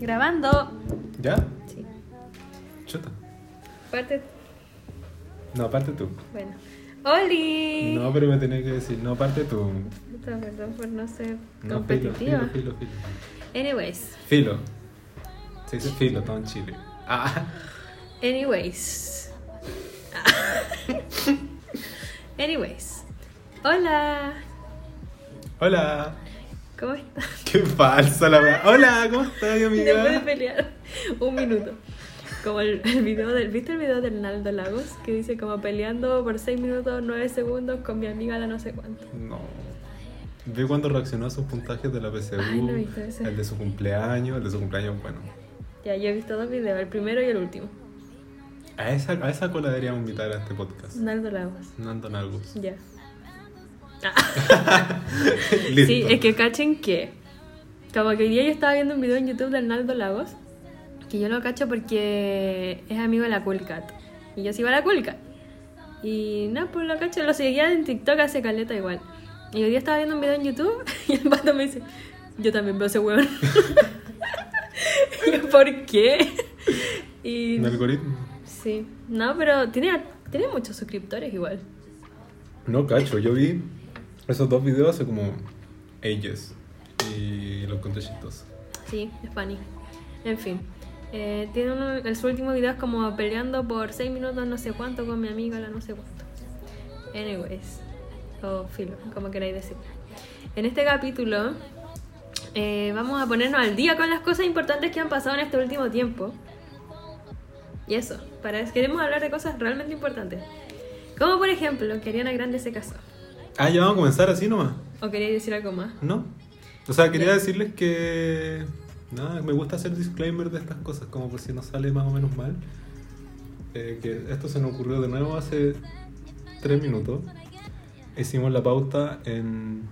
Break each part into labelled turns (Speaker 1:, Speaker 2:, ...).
Speaker 1: Grabando.
Speaker 2: ¿Ya?
Speaker 1: Sí.
Speaker 2: Chuta.
Speaker 1: Parte.
Speaker 2: No, parte tú.
Speaker 1: Bueno. ¡Oli!
Speaker 2: No, pero me tenés que decir, no, parte tú.
Speaker 1: Puta, Perdón por no ser
Speaker 2: No, filo,
Speaker 1: competitiva.
Speaker 2: filo, filo, filo.
Speaker 1: Anyways.
Speaker 2: Filo. Se dice filo, todo en Chile. Ah,
Speaker 1: Anyways. Anyways. Hola.
Speaker 2: hola.
Speaker 1: ¿Cómo estás?
Speaker 2: Qué falsa la verdad. Hola, ¿cómo estás,
Speaker 1: Después de
Speaker 2: amiga?
Speaker 1: pelear un minuto. Como el, el video del. ¿Viste el video de Hernaldo Lagos? Que dice como peleando por 6 minutos 9 segundos con mi amiga la no sé cuánto.
Speaker 2: No. Ve cuando reaccionó a sus puntajes de la PSU,
Speaker 1: Ay, Ah, no he visto ese.
Speaker 2: el de su cumpleaños, el de su cumpleaños, bueno.
Speaker 1: Ya, yo he visto dos videos, el primero y el último.
Speaker 2: A esa, a esa cola deberíamos invitar a este podcast.
Speaker 1: Hernaldo Lagos.
Speaker 2: Nando Nalgus.
Speaker 1: Ya.
Speaker 2: Listo.
Speaker 1: Sí, es que cachen que. Como que hoy día yo estaba viendo un video en YouTube de Arnaldo Lagos, que yo lo cacho porque es amigo de la Cool Cat. Y yo sigo a la Cool Cat. Y no, pues lo cacho, lo seguía en TikTok hace caleta igual. Y hoy día estaba viendo un video en YouTube y el pato me dice, yo también veo ese hueón. y yo, ¿por qué? Y...
Speaker 2: Un algoritmo.
Speaker 1: Sí, no, pero tiene, tiene muchos suscriptores igual.
Speaker 2: No, cacho, yo vi esos dos videos hace como ages y los conté chistosos.
Speaker 1: Sí, es funny. En fin. Eh, tiene uno, el, su último video es como peleando por 6 minutos no sé cuánto con mi amiga la no sé cuánto. Anyways. O filo, como queráis decir. En este capítulo eh, vamos a ponernos al día con las cosas importantes que han pasado en este último tiempo. Y eso, para queremos hablar de cosas realmente importantes. Como por ejemplo, que Ariana Grande se casó.
Speaker 2: Ah, ya vamos a comenzar así nomás,
Speaker 1: ¿O queréis decir algo más?
Speaker 2: ¿no? O sea, quería
Speaker 1: Ya.
Speaker 2: decirles que. Nada, me gusta hacer disclaimer de estas cosas, como por si nos sale más o menos mal. Eh, que esto se nos ocurrió de nuevo hace tres minutos. Hicimos la pauta en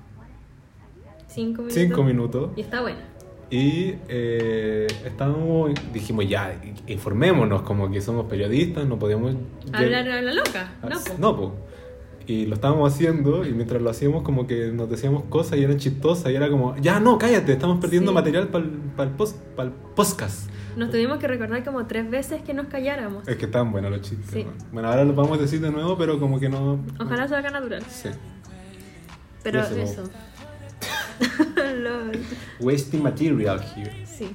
Speaker 1: Cinco minutos.
Speaker 2: cinco minutos.
Speaker 1: Y está buena.
Speaker 2: Y eh, estábamos, dijimos ya, informémonos, como que somos periodistas, no podemos...
Speaker 1: Hablar a la loca,
Speaker 2: Ah,
Speaker 1: ¿no?
Speaker 2: s-
Speaker 1: po.
Speaker 2: No, po. Y lo estábamos haciendo y mientras lo hacíamos como que nos decíamos cosas y eran chistosas y era como, ya no, cállate, estamos perdiendo
Speaker 1: Sí.
Speaker 2: material para el podcast.
Speaker 1: Nos tuvimos que recordar como tres veces que nos calláramos.
Speaker 2: Es que están buenos los chistes.
Speaker 1: Sí.
Speaker 2: weón. Bueno, ahora los vamos a decir de nuevo, pero como que no...
Speaker 1: Ojalá salga natural.
Speaker 2: Sí.
Speaker 1: Pero
Speaker 2: Ya se
Speaker 1: eso. Lol.
Speaker 2: Wasting material here.
Speaker 1: Sí.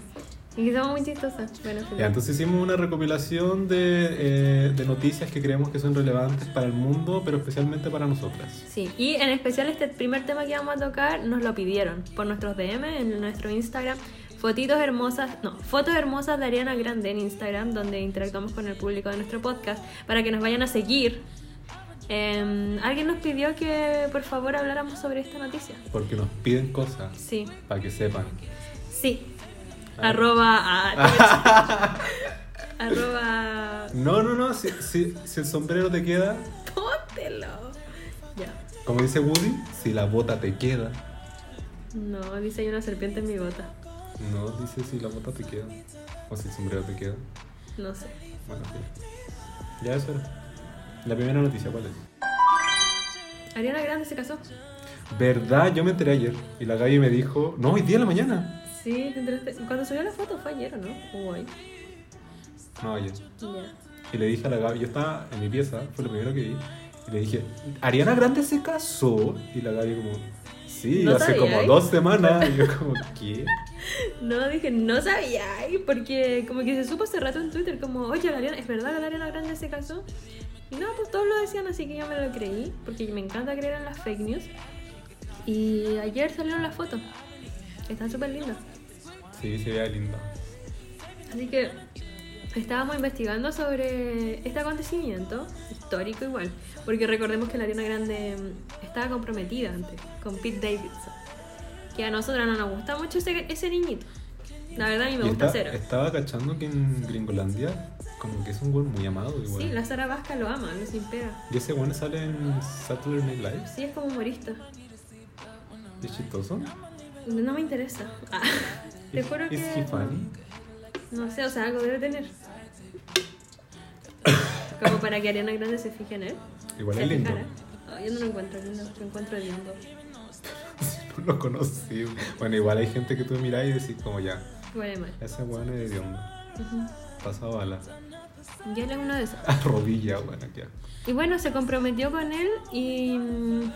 Speaker 1: Y que somos muy chistosas. Bueno, sí.
Speaker 2: Ya, entonces hicimos una recopilación de, eh, de noticias que creemos que son relevantes para el mundo, pero especialmente para nosotras.
Speaker 1: Sí. Y en especial este primer tema que vamos a tocar nos lo pidieron por nuestros DM en nuestro Instagram. Fotitos hermosas, no, fotos hermosas de Ariana Grande en Instagram, donde interactuamos con el público de nuestro podcast para que nos vayan a seguir. Em, alguien nos pidió que por favor habláramos sobre esta noticia.
Speaker 2: Porque nos piden cosas
Speaker 1: Sí,
Speaker 2: para que sepan.
Speaker 1: sí.
Speaker 2: Ah.
Speaker 1: Arroba. ah, arroba.
Speaker 2: No, no, no, si, si- si el sombrero te queda,
Speaker 1: Póntelo. Ya.
Speaker 2: como dice Woody, si la bota te queda.
Speaker 1: No, dice hay una serpiente en mi bota.
Speaker 2: No, dice si la bota te queda. O si el sombrero te queda.
Speaker 1: No sé.
Speaker 2: Bueno, sí. Ya eso era. La primera noticia, ¿cuál es?
Speaker 1: Ariana Grande se casó.
Speaker 2: ¿Verdad? Yo me enteré ayer y la Gaby me dijo, no, hoy día en la mañana.
Speaker 1: Sí, te enteraste. Cuando subió la foto fue ayer, ¿o ¿no? O hoy.
Speaker 2: No, ayer.
Speaker 1: Ya.
Speaker 2: Y le dije a la Gaby, yo estaba en mi pieza, fue lo primero que vi. Y le dije, Ariana Grande se casó. Y la Gaby como, sí,
Speaker 1: No
Speaker 2: hace
Speaker 1: sabía,
Speaker 2: como
Speaker 1: ¿eh?
Speaker 2: dos semanas. Y yo como, ¿qué?
Speaker 1: No, dije, no sabía. ay, Porque como que se supo hace rato en Twitter, como, oye, la Ariana, ¿es verdad que la Ariana Grande se casó? Y no, pues todos lo decían, así que yo me lo creí. Porque me encanta creer en las fake news. Y ayer salieron las fotos. Están súper lindas.
Speaker 2: Sí, se veía linda.
Speaker 1: Así que estábamos investigando sobre este acontecimiento histórico igual, porque recordemos que la Ariana Grande mm, estaba comprometida antes con Pete Davidson, que a nosotros no nos gusta mucho ese, ese niñito. La verdad a mí me
Speaker 2: Y
Speaker 1: gusta
Speaker 2: está- este
Speaker 1: cero.
Speaker 2: estaba cachando que en Gringolandia, como que es un güey muy amado igual.
Speaker 1: Sí, la Sara Vasca lo ama, lo sin pega.
Speaker 2: Y ese güey sale en Saturday Night Live.
Speaker 1: Sí, es como humorista.
Speaker 2: Y Es chistoso.
Speaker 1: No me interesa. Ah, te juro que...
Speaker 2: Is he funny?
Speaker 1: No sé, o sea, algo debe tener. Como para que Ariana Grande se fije en él.
Speaker 2: Igual
Speaker 1: Se
Speaker 2: es lindo.
Speaker 1: fijara. Ay, yo no lo encuentro lindo, lo encuentro lindo.
Speaker 2: No lo conocí. Bueno, igual hay gente que tú mirás y decís como ya,
Speaker 1: Huele mal.
Speaker 2: ese weón es hediondo.
Speaker 1: Ujú.
Speaker 2: Pasa bala.
Speaker 1: Y él es uno de esos.
Speaker 2: A rodilla, bueno, ya.
Speaker 1: Y bueno, se comprometió con él y mm,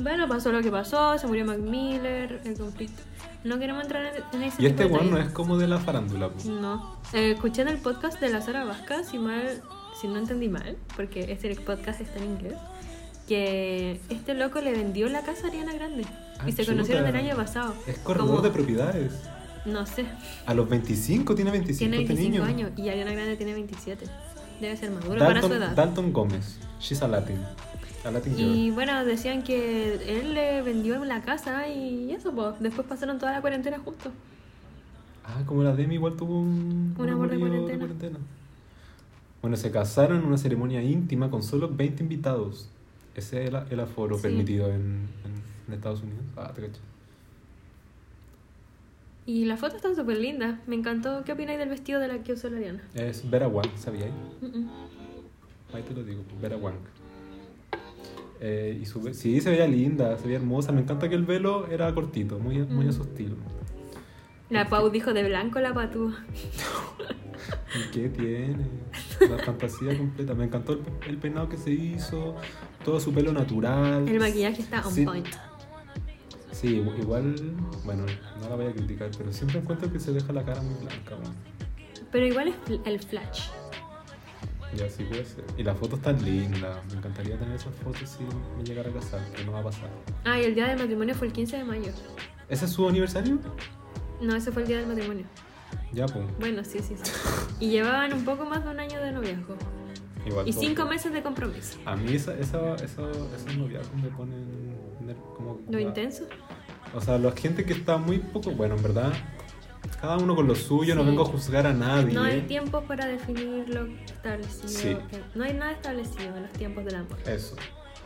Speaker 1: bueno, pasó lo que pasó, se murió Mac Miller, el conflicto. No queremos entrar en, en ese
Speaker 2: Y este
Speaker 1: tipo de
Speaker 2: weón no es
Speaker 1: detalles.
Speaker 2: como de la farándula, pues. po.
Speaker 1: No. Eh, escuché en el podcast de la Sara Vasca, si mal, si no entendí mal, porque este podcast está en inglés, que este loco le vendió la casa a Ariana Grande.
Speaker 2: Ah,
Speaker 1: y se
Speaker 2: chuta.
Speaker 1: conocieron el año pasado.
Speaker 2: Es corredor
Speaker 1: Como-
Speaker 2: de propiedades.
Speaker 1: No sé,
Speaker 2: A los 25 tiene 25,
Speaker 1: tiene
Speaker 2: este
Speaker 1: 25
Speaker 2: niño.
Speaker 1: años y Ariana Grande tiene 27. Debe ser maduro para su edad.
Speaker 2: Dalton, Dalton Gómez. She's a Latin. A Latin girl.
Speaker 1: Y bueno, decían que él le vendió la casa y eso, pues. Después pasaron toda la cuarentena juntos.
Speaker 2: Ah, como la Demi igual tuvo un,
Speaker 1: Un amor de
Speaker 2: amorío
Speaker 1: cuarentena.
Speaker 2: Bueno, se casaron en una ceremonia íntima con solo 20 invitados. Ese era el aforo
Speaker 1: Sí.
Speaker 2: permitido en, en- en Estados Unidos. Ah, te cacho.
Speaker 1: Y las fotos están súper lindas. Me encantó. ¿Qué opináis del vestido de la que usó la Ariana?
Speaker 2: Es Vera Wang, ¿sabías?
Speaker 1: Mm, mm.
Speaker 2: Ahí te lo digo, Vera Wang. Eh, y su ve- sí, se veía linda, se veía hermosa. Me encanta que el velo era cortito, muy, a-
Speaker 1: Mm.
Speaker 2: muy a su estilo.
Speaker 1: La Pau dijo de blanco la patúa.
Speaker 2: ¿Y qué tiene? La fantasía completa. Me encantó el, pe- el peinado que se hizo, todo su pelo natural.
Speaker 1: El maquillaje está on
Speaker 2: Sí.
Speaker 1: point.
Speaker 2: Sí, igu- igual, bueno, no la voy a criticar, pero siempre encuentro que se deja la cara muy blanca, bueno.
Speaker 1: Pero igual es fl- el flash.
Speaker 2: Y así puede ser. Y la foto es tan linda, me encantaría tener esas fotos si me llegara a casar, que no va a pasar.
Speaker 1: Ah, y el día del matrimonio fue el 15 de mayo.
Speaker 2: ¿Ese es su aniversario?
Speaker 1: No, ese fue el día del matrimonio.
Speaker 2: Ya, pues.
Speaker 1: Bueno, sí, sí, sí. Y llevaban un poco más de un año de noviazgo.
Speaker 2: Igual.
Speaker 1: Y
Speaker 2: todo.
Speaker 1: cinco meses de compromiso.
Speaker 2: A mí esa, esa, esa, esos noviazgos me ponen ner- como...
Speaker 1: Lo intenso.
Speaker 2: O sea, la gente que está muy poco... Bueno, en verdad, cada uno con lo suyo, no
Speaker 1: Sí.
Speaker 2: vengo a juzgar a nadie.
Speaker 1: No hay
Speaker 2: ¿eh?
Speaker 1: tiempo para definir lo establecido.
Speaker 2: Sí.
Speaker 1: No hay nada establecido en los tiempos del amor.
Speaker 2: Eso.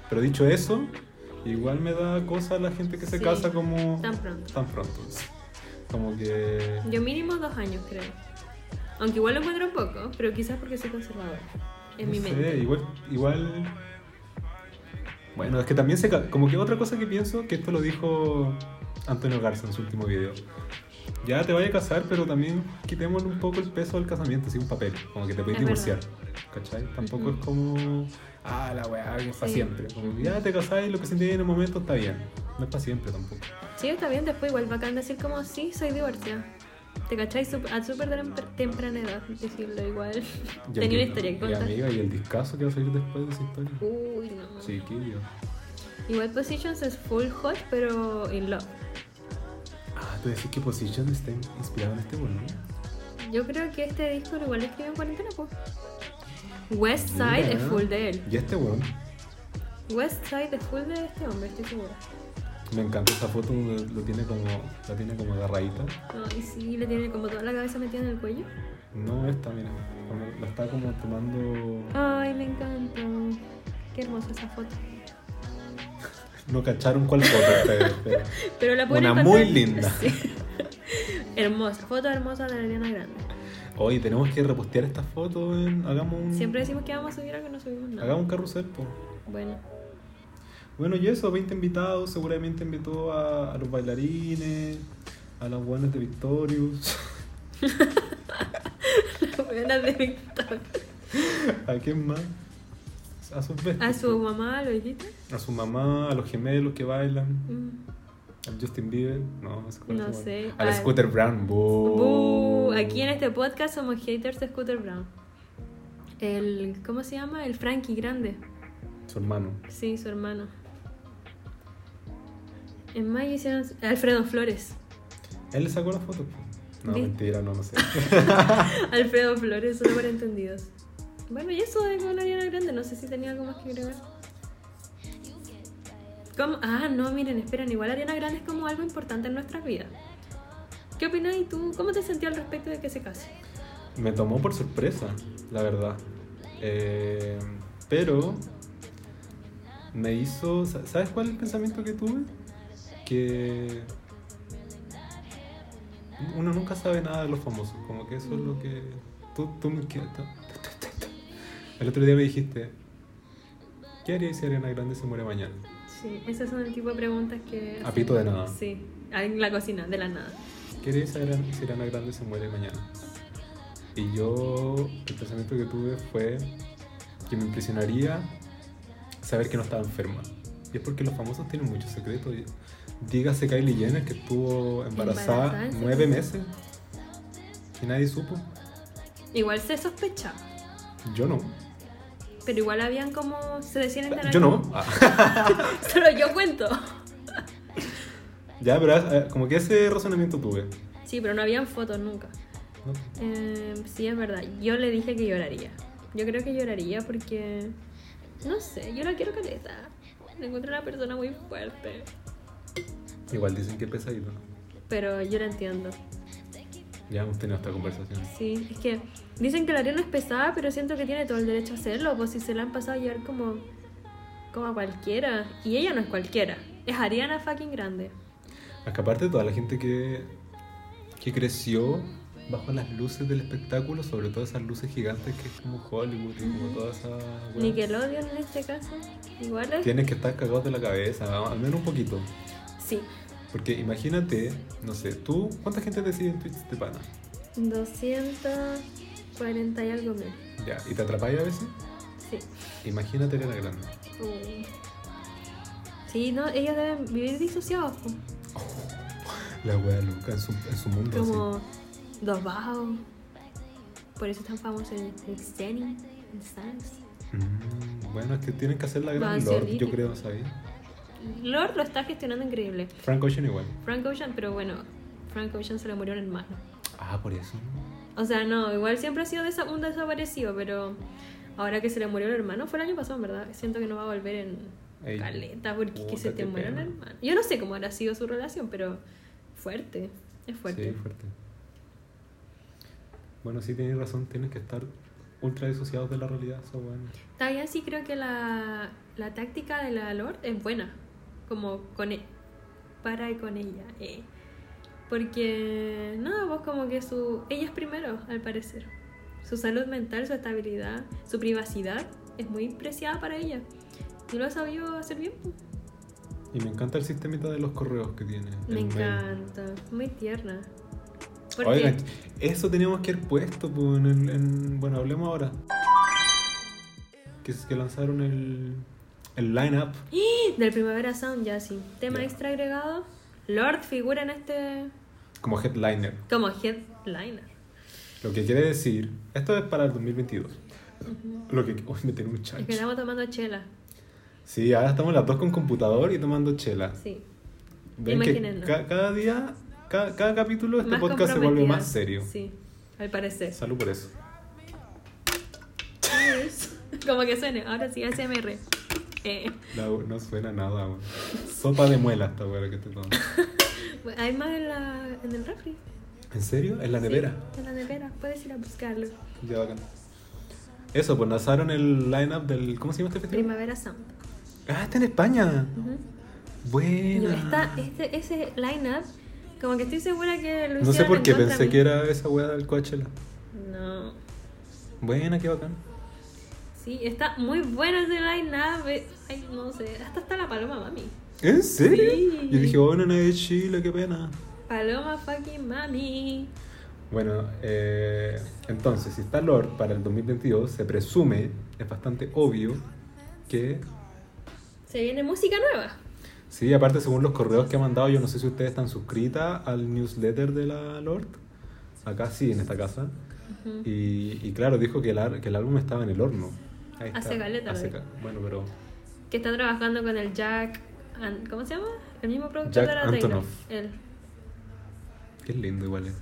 Speaker 2: Pero dicho eso, igual me da cosa a la gente que se
Speaker 1: Sí,
Speaker 2: casa como
Speaker 1: Tan pronto.
Speaker 2: tan pronto. sí. Como que
Speaker 1: Yo mínimo dos años, creo. Aunque igual lo encuentro poco, pero quizás porque soy conservadora. En
Speaker 2: no
Speaker 1: mi
Speaker 2: sé,
Speaker 1: mente.
Speaker 2: igual igual bueno, es que también se ca- como que otra cosa que pienso que esto lo dijo Antonio Garza en su último video. Ya te vaya a casar, pero también quitémosle un poco el peso al casamiento, así un papel, como que te puedes
Speaker 1: Es verdad.
Speaker 2: divorciar. ¿Cachai? Tampoco
Speaker 1: Ujú.
Speaker 2: es como, ah, la weá, que es para
Speaker 1: Sí.
Speaker 2: siempre. Como que ya te casás y lo que sentís en el momento está bien. No es para siempre tampoco.
Speaker 1: Sí, está bien, después igual bacán decir como, sí, soy divorciada. ¿Te cacháis? Sup- A súper tem- temprana edad, decirlo igual.
Speaker 2: Y
Speaker 1: Tenía una
Speaker 2: el-
Speaker 1: historia que
Speaker 2: Y
Speaker 1: contar.
Speaker 2: amiga, y el discazo que va a salir después de esa historia.
Speaker 1: Uy, no.
Speaker 2: Chiquillo.
Speaker 1: Igual Positions es full hot, pero in love.
Speaker 2: Ah, tú decís que Position está inspirado en este boludo.
Speaker 1: Yo creo que este disco lo igual lo escribió en cuarentena, pues. West Side
Speaker 2: Mira.
Speaker 1: es full de él.
Speaker 2: Y este weón.
Speaker 1: West Side es full de este hombre, estoy segura.
Speaker 2: Me encanta esa foto donde lo tiene como. La tiene como agarradita.
Speaker 1: No, Ah, y sí, le tiene como toda la cabeza metida en el cuello.
Speaker 2: No esta, mira. Como, la está como tomando.
Speaker 1: Ay, me encanta. Qué hermosa esa foto.
Speaker 2: No cacharon cuál foto ustedes, pero-
Speaker 1: Pero la pueden
Speaker 2: Una
Speaker 1: encontrar-
Speaker 2: muy linda.
Speaker 1: Sí. hermosa, foto hermosa de la Ariana Grande.
Speaker 2: Oye, tenemos que repostear esta foto en. Hagamos un.
Speaker 1: Siempre decimos que vamos a subir algo y no subimos nada.
Speaker 2: Hagamos un carrusel, po.
Speaker 1: Bueno,
Speaker 2: Bueno, y eso, 20 invitados. Seguramente invitó a, a los bailarines, a las buenas de Victorious.
Speaker 1: buenas de Victoria.
Speaker 2: ¿A quién más? A sus
Speaker 1: A
Speaker 2: bestias.
Speaker 1: su mamá, ¿lo dijiste?
Speaker 2: A su mamá, a los gemelos que bailan.
Speaker 1: Mm.
Speaker 2: Al Justin Bieber. No, no, sé cuál es
Speaker 1: No
Speaker 2: su
Speaker 1: sé.
Speaker 2: nombre. Al
Speaker 1: Al-
Speaker 2: Scooter Brown.
Speaker 1: Bu,
Speaker 2: Boo.
Speaker 1: Aquí en este podcast somos haters de Scooter Brown. El, ¿cómo se llama? El Frankie Grande.
Speaker 2: Su hermano.
Speaker 1: Sí, su hermano. En mayo hicieron Alfredo Flores.
Speaker 2: ¿Él le sacó la foto? pues. No,
Speaker 1: Sí.
Speaker 2: mentira, no, no sé.
Speaker 1: Alfredo Flores, solo para entendidos. Bueno, y eso de con Ariana Grande, no sé si tenía algo más que agregar. ¿Cómo? Ah, no, miren, esperen, igual Ariana Grande es como algo importante en nuestras vidas. ¿Qué opinas y tú? ¿Cómo te sentías al respecto de que se case?
Speaker 2: Me tomó por sorpresa, la verdad. Eh, pero me hizo. sa- ¿Sabes cuál es el pensamiento que tuve? Que uno nunca sabe nada de los famosos. Como que eso es lo que. Tú, tú me quedas. El otro día me dijiste. ¿Qué haría si Ariana Grande se muere mañana?
Speaker 1: Sí, esas son el tipo de preguntas que...
Speaker 2: A pito de nada.
Speaker 1: Sí, en la cocina, de la nada.
Speaker 2: ¿Qué haría si Ariana, si Ariana Grande se muere mañana? Y yo, el pensamiento que tuve fue que me impresionaría saber que no estaba enferma. Y es porque los famosos tienen muchos secretos. Y- Dígase Kylie Jenner que estuvo
Speaker 1: Embarazada
Speaker 2: embarazada
Speaker 1: en
Speaker 2: nueve
Speaker 1: secreto.
Speaker 2: meses y nadie supo.
Speaker 1: Igual se sospechaba,
Speaker 2: Yo no.
Speaker 1: pero igual habían como... Se decían en
Speaker 2: Yo no. Ah,
Speaker 1: Solo yo cuento.
Speaker 2: ya, pero eh, como que ese razonamiento tuve.
Speaker 1: Sí, pero no habían fotos nunca.
Speaker 2: ¿no?
Speaker 1: Eh, sí, es verdad. Yo le dije que lloraría. Yo creo que lloraría porque. No sé, yo la quiero caleta. Me encuentro una persona muy fuerte.
Speaker 2: Igual dicen que es pesadito. ¿no?
Speaker 1: Pero yo la entiendo.
Speaker 2: Ya hemos tenido esta conversación.
Speaker 1: Sí, es que dicen que la arena es pesada, pero siento que tiene todo el derecho a hacerlo. Pues si se la han pasado a llevar como. como a cualquiera. Y ella no es cualquiera. Es Ariana fucking grande.
Speaker 2: Es que aparte toda la gente que, que creció bajo las luces del espectáculo, sobre todo esas luces gigantes que es como Hollywood y como toda esa... weá,
Speaker 1: Nickelodeon en este caso. Igual es.
Speaker 2: Tienes que estar cagados de la cabeza, al menos un poquito.
Speaker 1: Sí.
Speaker 2: Porque imagínate, no sé, tú, ¿cuánta gente te sigue en Twitch te pana?
Speaker 1: 240 y algo menos.
Speaker 2: Ya, y te atrapáis a veces.
Speaker 1: Sí.
Speaker 2: Imagínate Ariana Grande.
Speaker 1: Uy. Sí, no, ellos deben vivir disociados, pues, po.
Speaker 2: La wea loca en su, en su mundo. así.
Speaker 1: como dos bajos. Por eso es tan famoso el el Zenny, el Sans.
Speaker 2: Mm, bueno, es que tienen que hacer la gran
Speaker 1: Vanessa
Speaker 2: Lord,
Speaker 1: Lee.
Speaker 2: yo creo, ¿sabes?
Speaker 1: Lord lo está gestionando increíble.
Speaker 2: Frank Ocean igual.
Speaker 1: Frank Ocean, pero bueno, Frank Ocean se le murió un hermano.
Speaker 2: Ah, por eso.
Speaker 1: O sea, no, igual siempre ha sido desa- un desaparecido, pero ahora que se le murió el hermano, fue el año pasado, en verdad. Siento que no va a volver en
Speaker 2: Ey.
Speaker 1: caleta porque que se
Speaker 2: Puta,
Speaker 1: te
Speaker 2: qué
Speaker 1: muera el
Speaker 2: pena.
Speaker 1: hermano. Yo no sé cómo habrá sido su relación, pero fuerte, es fuerte.
Speaker 2: Sí, fuerte. Bueno, sí, tienes razón, tienes que estar ultra disociados de la realidad, eso bueno.
Speaker 1: Está bien, sí creo que la, la táctica de la Lord es buena. Como con e- para y con ella. eh. Porque, no, vos como que su... Ella es primero, al parecer. Su salud mental, su estabilidad, su privacidad es muy preciada para ella. Y lo ha sabido hacer bien. pues. po.
Speaker 2: Y me encanta el sistemita de los correos que tiene.
Speaker 1: Me
Speaker 2: el mail.
Speaker 1: encanta. Muy tierna. Porque
Speaker 2: Oigan, eso teníamos que haber puesto, po, en el- en- bueno, hablemos ahora. Que, es- que lanzaron el, el line-up.
Speaker 1: del Primavera Sound ya sí. Tema
Speaker 2: Ya.
Speaker 1: extra agregado. Lord figura en este...
Speaker 2: como headliner.
Speaker 1: Como headliner.
Speaker 2: Lo que quiere decir, esto es para el 2022. Lo que. Uy, me tengo un
Speaker 1: Es que
Speaker 2: chancho.
Speaker 1: estamos tomando chela.
Speaker 2: Sí, ahora estamos las dos con computador y tomando chela.
Speaker 1: Sí.
Speaker 2: Ven que
Speaker 1: Imagínenlo.
Speaker 2: ca- cada día, ca- cada, capítulo, este
Speaker 1: Más
Speaker 2: podcast se vuelve
Speaker 1: comprometida.
Speaker 2: más serio.
Speaker 1: Sí, al parecer.
Speaker 2: Salud por eso.
Speaker 1: Como que suene. Ahora sí, ASMR. Eh,
Speaker 2: La- no suena nada, weón. Sopa de muela esta weá que te tomo.
Speaker 1: hay más en, la, en el refri.
Speaker 2: ¿En serio? ¿En la
Speaker 1: Sí,
Speaker 2: nevera?
Speaker 1: en la nevera. Puedes ir a buscarlo.
Speaker 2: Ya bacán. Eso, pues lanzaron el lineup del. ¿Cómo se llama este festival?
Speaker 1: Primavera Sound.
Speaker 2: Ah, está en España.
Speaker 1: Ujú. Y
Speaker 2: Buena.
Speaker 1: esta- este, ese line-up, como que estoy segura que lo
Speaker 2: No sé
Speaker 1: hicieron
Speaker 2: por
Speaker 1: en
Speaker 2: qué
Speaker 1: contra
Speaker 2: pensé
Speaker 1: mí.
Speaker 2: que era esa weá del Coachella.
Speaker 1: No.
Speaker 2: Buena, qué bacán.
Speaker 1: Sí, está muy bueno ese line-up. eh. Ay, no sé. Hasta está la paloma, mami.
Speaker 2: ¿En serio?
Speaker 1: Sí.
Speaker 2: Yo dije, bueno, no es de Chile, qué pena.
Speaker 1: Paloma fucking mami.
Speaker 2: Bueno, eh, entonces, si está Lord para el 2022, se presume, es bastante obvio, que...
Speaker 1: Se viene música nueva.
Speaker 2: Sí, aparte, según los correos que ha mandado, yo no sé si ustedes están suscritas al newsletter de la Lord. Acá sí, en esta casa.
Speaker 1: Ujú.
Speaker 2: Y, y claro, dijo que el, ar- que el álbum estaba en el horno. Ahí
Speaker 1: Hace caleta,
Speaker 2: Hace
Speaker 1: lo
Speaker 2: ca- bueno, pero
Speaker 1: que está trabajando con el Jack. An- ¿Cómo se llama? El mismo productor
Speaker 2: Jack
Speaker 1: de la
Speaker 2: Antonoff.
Speaker 1: Taylor. Él.
Speaker 2: qué lindo igual es.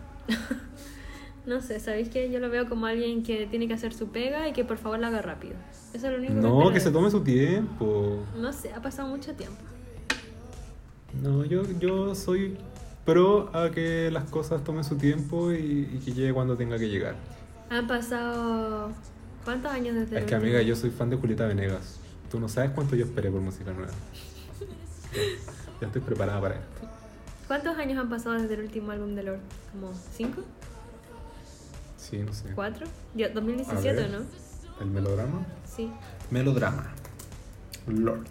Speaker 1: No sé, ¿sabéis que yo lo veo como alguien que tiene que hacer su pega y que por favor la haga rápido? Eso es lo único
Speaker 2: No,
Speaker 1: espero
Speaker 2: que se
Speaker 1: de-
Speaker 2: tome su tiempo.
Speaker 1: No sé, ha pasado mucho tiempo.
Speaker 2: No, yo, yo soy pro a que las cosas tomen su tiempo y, y que llegue cuando tenga que llegar.
Speaker 1: Han pasado. ¿Cuántos años desde
Speaker 2: Es
Speaker 1: el
Speaker 2: que
Speaker 1: último?
Speaker 2: amiga, yo soy fan de Julieta Venegas. Tú no sabes cuánto yo esperé por música nueva. Ya estoy preparada para esto.
Speaker 1: ¿Cuántos años han pasado desde el último álbum de Lord? ¿Como cinco?
Speaker 2: Sí, no sé.
Speaker 1: ¿Cuatro? Ya, 2017,
Speaker 2: A ver.
Speaker 1: ¿no?
Speaker 2: ¿El melodrama?
Speaker 1: Sí.
Speaker 2: Melodrama. Lord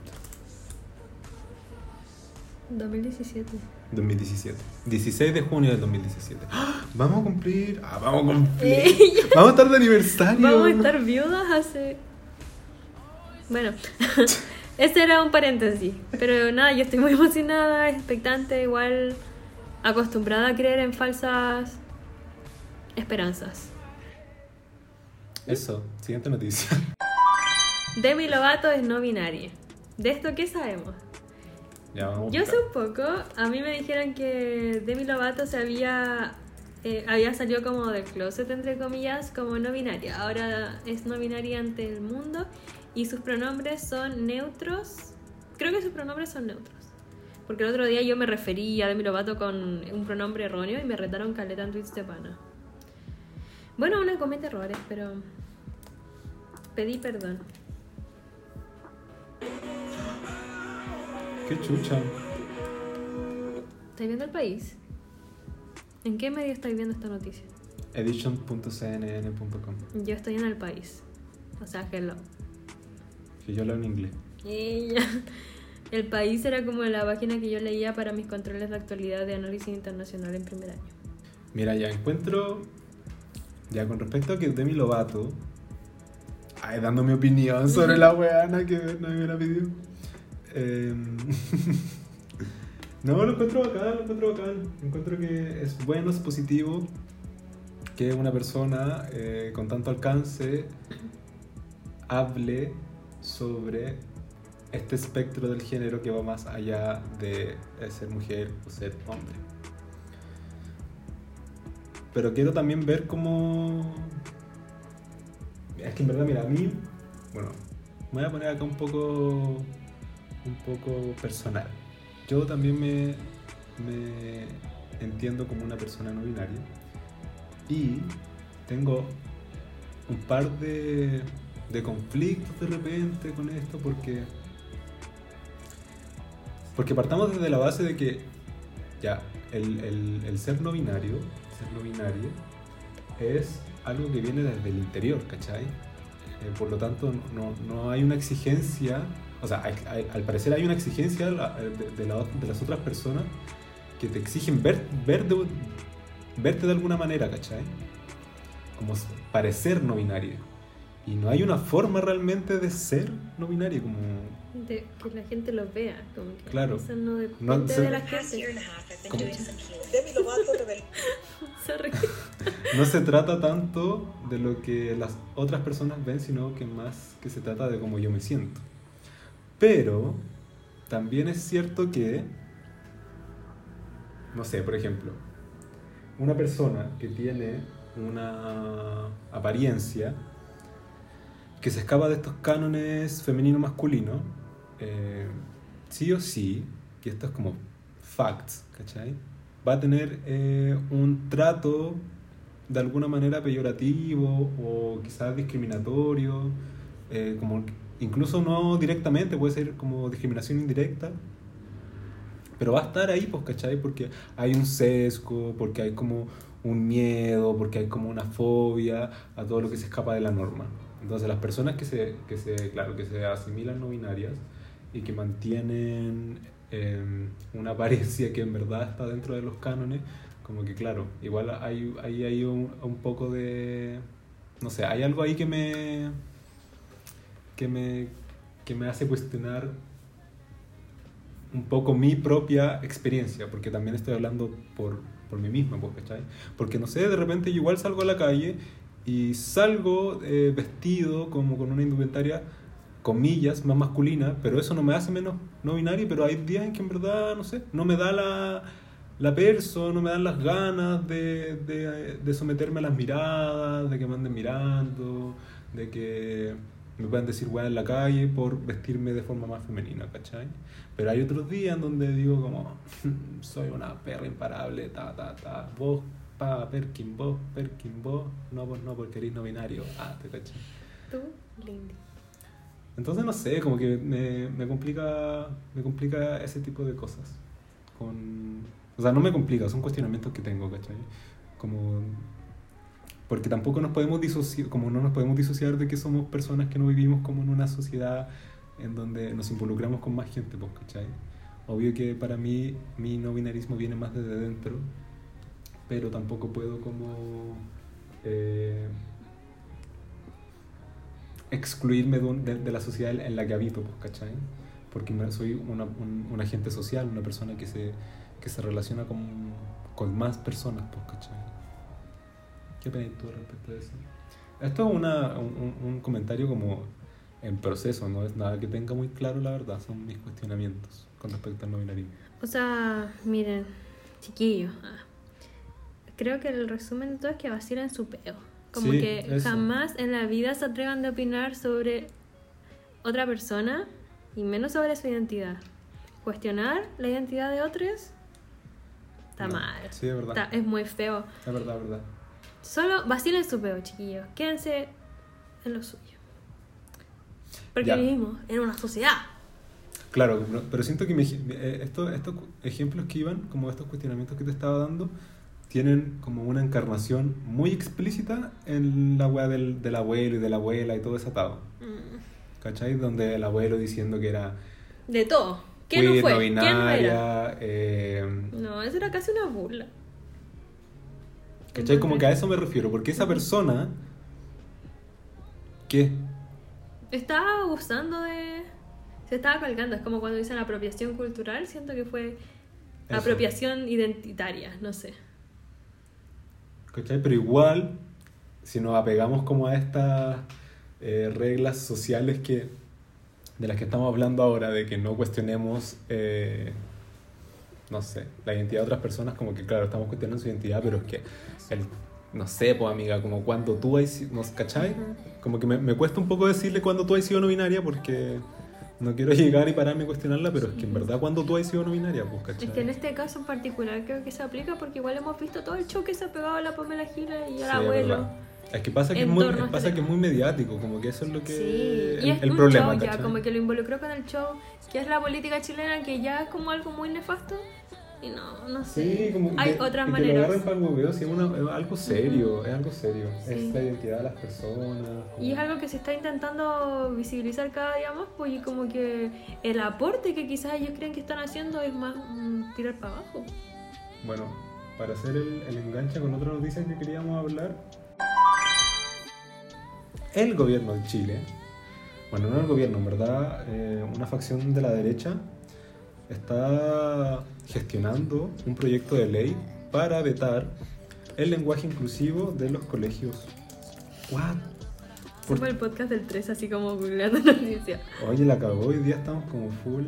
Speaker 1: 2017.
Speaker 2: 2017. 16 de junio del 2017. ¡Ah! Vamos a cumplir. Ah, vamos a cumplir.
Speaker 1: Eh,
Speaker 2: Vamos a estar de aniversario.
Speaker 1: Vamos a estar viudas hace. Bueno, ese era un paréntesis. Pero nada, yo estoy muy emocionada, expectante, igual acostumbrada a creer en falsas esperanzas.
Speaker 2: Eso, siguiente noticia.
Speaker 1: Demi Lovato es no binaria. ¿De esto qué sabemos?
Speaker 2: Ya vamos.
Speaker 1: Yo hace un poco, a mí me dijeron que Demi Lovato se había, eh, había salido como del closet, entre comillas, como no binaria. Ahora es no binaria ante el mundo y sus pronombres son neutros. Creo que sus pronombres son neutros. Porque el otro día yo me referí a Demi Lovato con un pronombre erróneo y me retaron caleta en Twitch de pana. Bueno, una comete errores, pero pedí perdón.
Speaker 2: Qué chucha.
Speaker 1: ¿Estáis viendo el país? ¿En qué medio estáis viendo esta noticia?
Speaker 2: Edition.cnn.com.
Speaker 1: Yo estoy en el país. O sea, hello.
Speaker 2: Que yo leo en inglés.
Speaker 1: Y ya. El país era como la página que yo leía para mis controles de actualidad de análisis internacional en primer año.
Speaker 2: Mira, ya encuentro. Ya con respecto a que Demi Lovato. Ay, dando mi opinión sobre la weana que no me la pidió. Em, no, lo encuentro bacán, lo encuentro bacán. Encuentro que es bueno, es positivo que una persona eh, con tanto alcance hable sobre este espectro del género que va más allá de eh, ser mujer o ser hombre. Pero quiero también ver cómo. Es que en verdad, mira, a mí. Bueno, me voy a poner acá un poco. Un poco personal. Yo también me. Me entiendo como una persona no binaria. Y tengo un par de. De conflictos de repente con esto porque. Porque partamos desde la base de que ya, el, el- el ser no binario, ser no binario, es algo que viene desde el interior, ¿cachai? Eh, por lo tanto, no, no hay una exigencia, o sea, hay- hay- al parecer hay una exigencia la- eh, de, de la ot- de las otras personas que te exigen ver, ver de- verte de alguna manera, ¿cachai? Como s- parecer no binario. Y no hay una forma realmente de ser no binario, como
Speaker 1: De que la gente lo vea. Como que
Speaker 2: Claro.
Speaker 1: Eso no depende
Speaker 2: No, se-
Speaker 1: de la
Speaker 3: past year and a
Speaker 1: gente.
Speaker 3: half, I've been
Speaker 2: Como-
Speaker 3: doing some healing.
Speaker 4: Demi Lovato reveló
Speaker 1: Sorry.
Speaker 2: no se trata tanto de lo que las otras personas ven, sino que más que se trata de cómo yo me siento. Pero también es cierto que, no sé, por ejemplo, una persona que tiene una apariencia que se escapa de estos cánones femenino-masculino, eh, sí o sí, y esto es como facts, ¿cachai? Va a tener eh, un trato de alguna manera peyorativo o quizás discriminatorio, eh, como incluso no directamente, puede ser como discriminación indirecta, pero va a estar ahí, pues, ¿cachai? Porque hay un sesgo, porque hay como un miedo, porque hay como una fobia a todo lo que se escapa de la norma. Entonces las personas que se, que se claro, que se asimilan no binarias y que mantienen eh, una apariencia que en verdad está dentro de los cánones, como que claro, igual hay, hay, hay un, un poco de, no sé, hay algo ahí que me, que me, que me hace cuestionar un poco mi propia experiencia, porque también estoy hablando por, por mí mismo, pues, ¿cachai? Porque no sé, de repente yo igual salgo a la calle y salgo eh, vestido como con una indumentaria, comillas, más masculina, pero eso no me hace menos no binario, pero hay días en que en verdad, no sé, no me da la, la perso, no me dan las ganas de, de, de someterme a las miradas, de que me anden mirando, de que me puedan decir weá en la calle por vestirme de forma más femenina, ¿cachai? Pero hay otros días en donde digo como, soy una perra imparable, ta, ta, ta, vos, pa, Perkin, vos, Perkin, vos, no, vos no, porque eres no binario, ah, te cachai.
Speaker 1: Tú, Lindy.
Speaker 2: Entonces no sé, como que me, me complica me complica ese tipo de cosas. Con, o sea, no me complica, son cuestionamientos que tengo, ¿cachai? Como porque tampoco nos podemos disociar, como no nos podemos disociar de que somos personas que no vivimos como en una sociedad en donde nos involucramos con más gente, pues, ¿cachai? Obvio que para mí mi no binarismo viene más desde dentro, pero tampoco puedo como eh, excluirme de, un- de- de la sociedad en la que habito, pues, ¿cachai? Porque me- soy una, un, un agente social, una persona que se, que se relaciona con, con más personas, pues, ¿cachai? ¿Qué opinas tú respecto a eso? Esto es una, un, un- un comentario como en proceso, no es nada que tenga muy claro la verdad, son mis cuestionamientos con respecto al no binarismo.
Speaker 1: O sea, miren, chiquillos. ah, Creo que el resumen de todo es que vacilan su peo. Como
Speaker 2: Sí,
Speaker 1: que
Speaker 2: eso.
Speaker 1: jamás en la vida se atrevan de opinar sobre otra persona y menos sobre su identidad. Cuestionar la identidad de otros está
Speaker 2: No,
Speaker 1: mal.
Speaker 2: Sí, es verdad.
Speaker 1: Está- es muy feo.
Speaker 2: Es verdad, es verdad.
Speaker 1: Solo vacilen su peo, chiquillos. Quédense en lo suyo. Porque
Speaker 2: Ya.
Speaker 1: vivimos en una sociedad.
Speaker 2: Claro, no, pero siento que mi ej- eh, esto- estos cu- ejemplos que iban, como estos cuestionamientos que te estaba dando, tienen como una encarnación muy explícita en la weá del, del abuelo y de la abuela y todo desatado.
Speaker 1: Mm,
Speaker 2: ¿Cachai? Donde el abuelo diciendo que era
Speaker 1: De todo. ¿Qué
Speaker 2: queer,
Speaker 1: no fue?
Speaker 2: no
Speaker 1: ¿Quién no era?
Speaker 2: binaria, eh,
Speaker 1: No, eso era casi una burla.
Speaker 2: ¿Cachai? Como que a eso me refiero, porque esa persona que
Speaker 1: Estaba abusando de. Se estaba colgando. Es como cuando dicen apropiación cultural. Siento que fue
Speaker 2: Eso.
Speaker 1: apropiación identitaria. No sé.
Speaker 2: ¿Cachai? Pero igual, si nos apegamos como a estas eh, reglas sociales que, de las que estamos hablando ahora, de que no cuestionemos, eh, no sé, la identidad de otras personas, como que claro, estamos cuestionando su identidad, pero es que, el, no sé, pues amiga, como cuando tú has, sido- ¿nos cachai? Como que me, me cuesta un poco decirle cuando tú has sido no binaria porque... No quiero llegar y pararme a cuestionarla, pero es que en verdad cuando tú has sido no binaria, pues, ¿cachai?
Speaker 1: Es que en este caso en particular creo que se aplica porque igual hemos visto todo el show que se ha pegado a la Pamela Gira y al
Speaker 2: Sí, es
Speaker 1: abuelo.
Speaker 2: verdad. Es que pasa que es,
Speaker 1: en
Speaker 2: muy,
Speaker 1: torno a este
Speaker 2: pasa que es
Speaker 1: tema.
Speaker 2: muy mediático, como que eso es lo que.
Speaker 1: Sí,
Speaker 2: el,
Speaker 1: y es
Speaker 2: el
Speaker 1: un
Speaker 2: problema,
Speaker 1: show ya,
Speaker 2: ¿cachai?
Speaker 1: como que lo involucró con el show, que es la política chilena, que ya es como algo muy nefasto. Y no, no sé.
Speaker 2: Sí, como
Speaker 1: Hay
Speaker 2: que-
Speaker 1: otras
Speaker 2: que Lo
Speaker 1: maneras.
Speaker 2: agarren para el hueveo, sí, es, una- es algo serio, es algo serio.
Speaker 1: Sí.
Speaker 2: Es la identidad de las personas.
Speaker 1: Y es
Speaker 2: como-
Speaker 1: algo que se está intentando visibilizar cada día más, pues, y como que el aporte que quizás ellos creen que están haciendo es más mm, tirar para abajo.
Speaker 2: Bueno, para hacer el, el enganche con otra noticia que queríamos hablar. El gobierno de Chile, bueno, no el gobierno, en verdad, eh, una facción de la derecha está gestionando un proyecto de ley para vetar el lenguaje inclusivo de los colegios. ¿What?
Speaker 1: Fue
Speaker 2: Por-
Speaker 1: el podcast del 3, así como googleando noticias.
Speaker 2: Oye, la cagó, hoy día estamos como full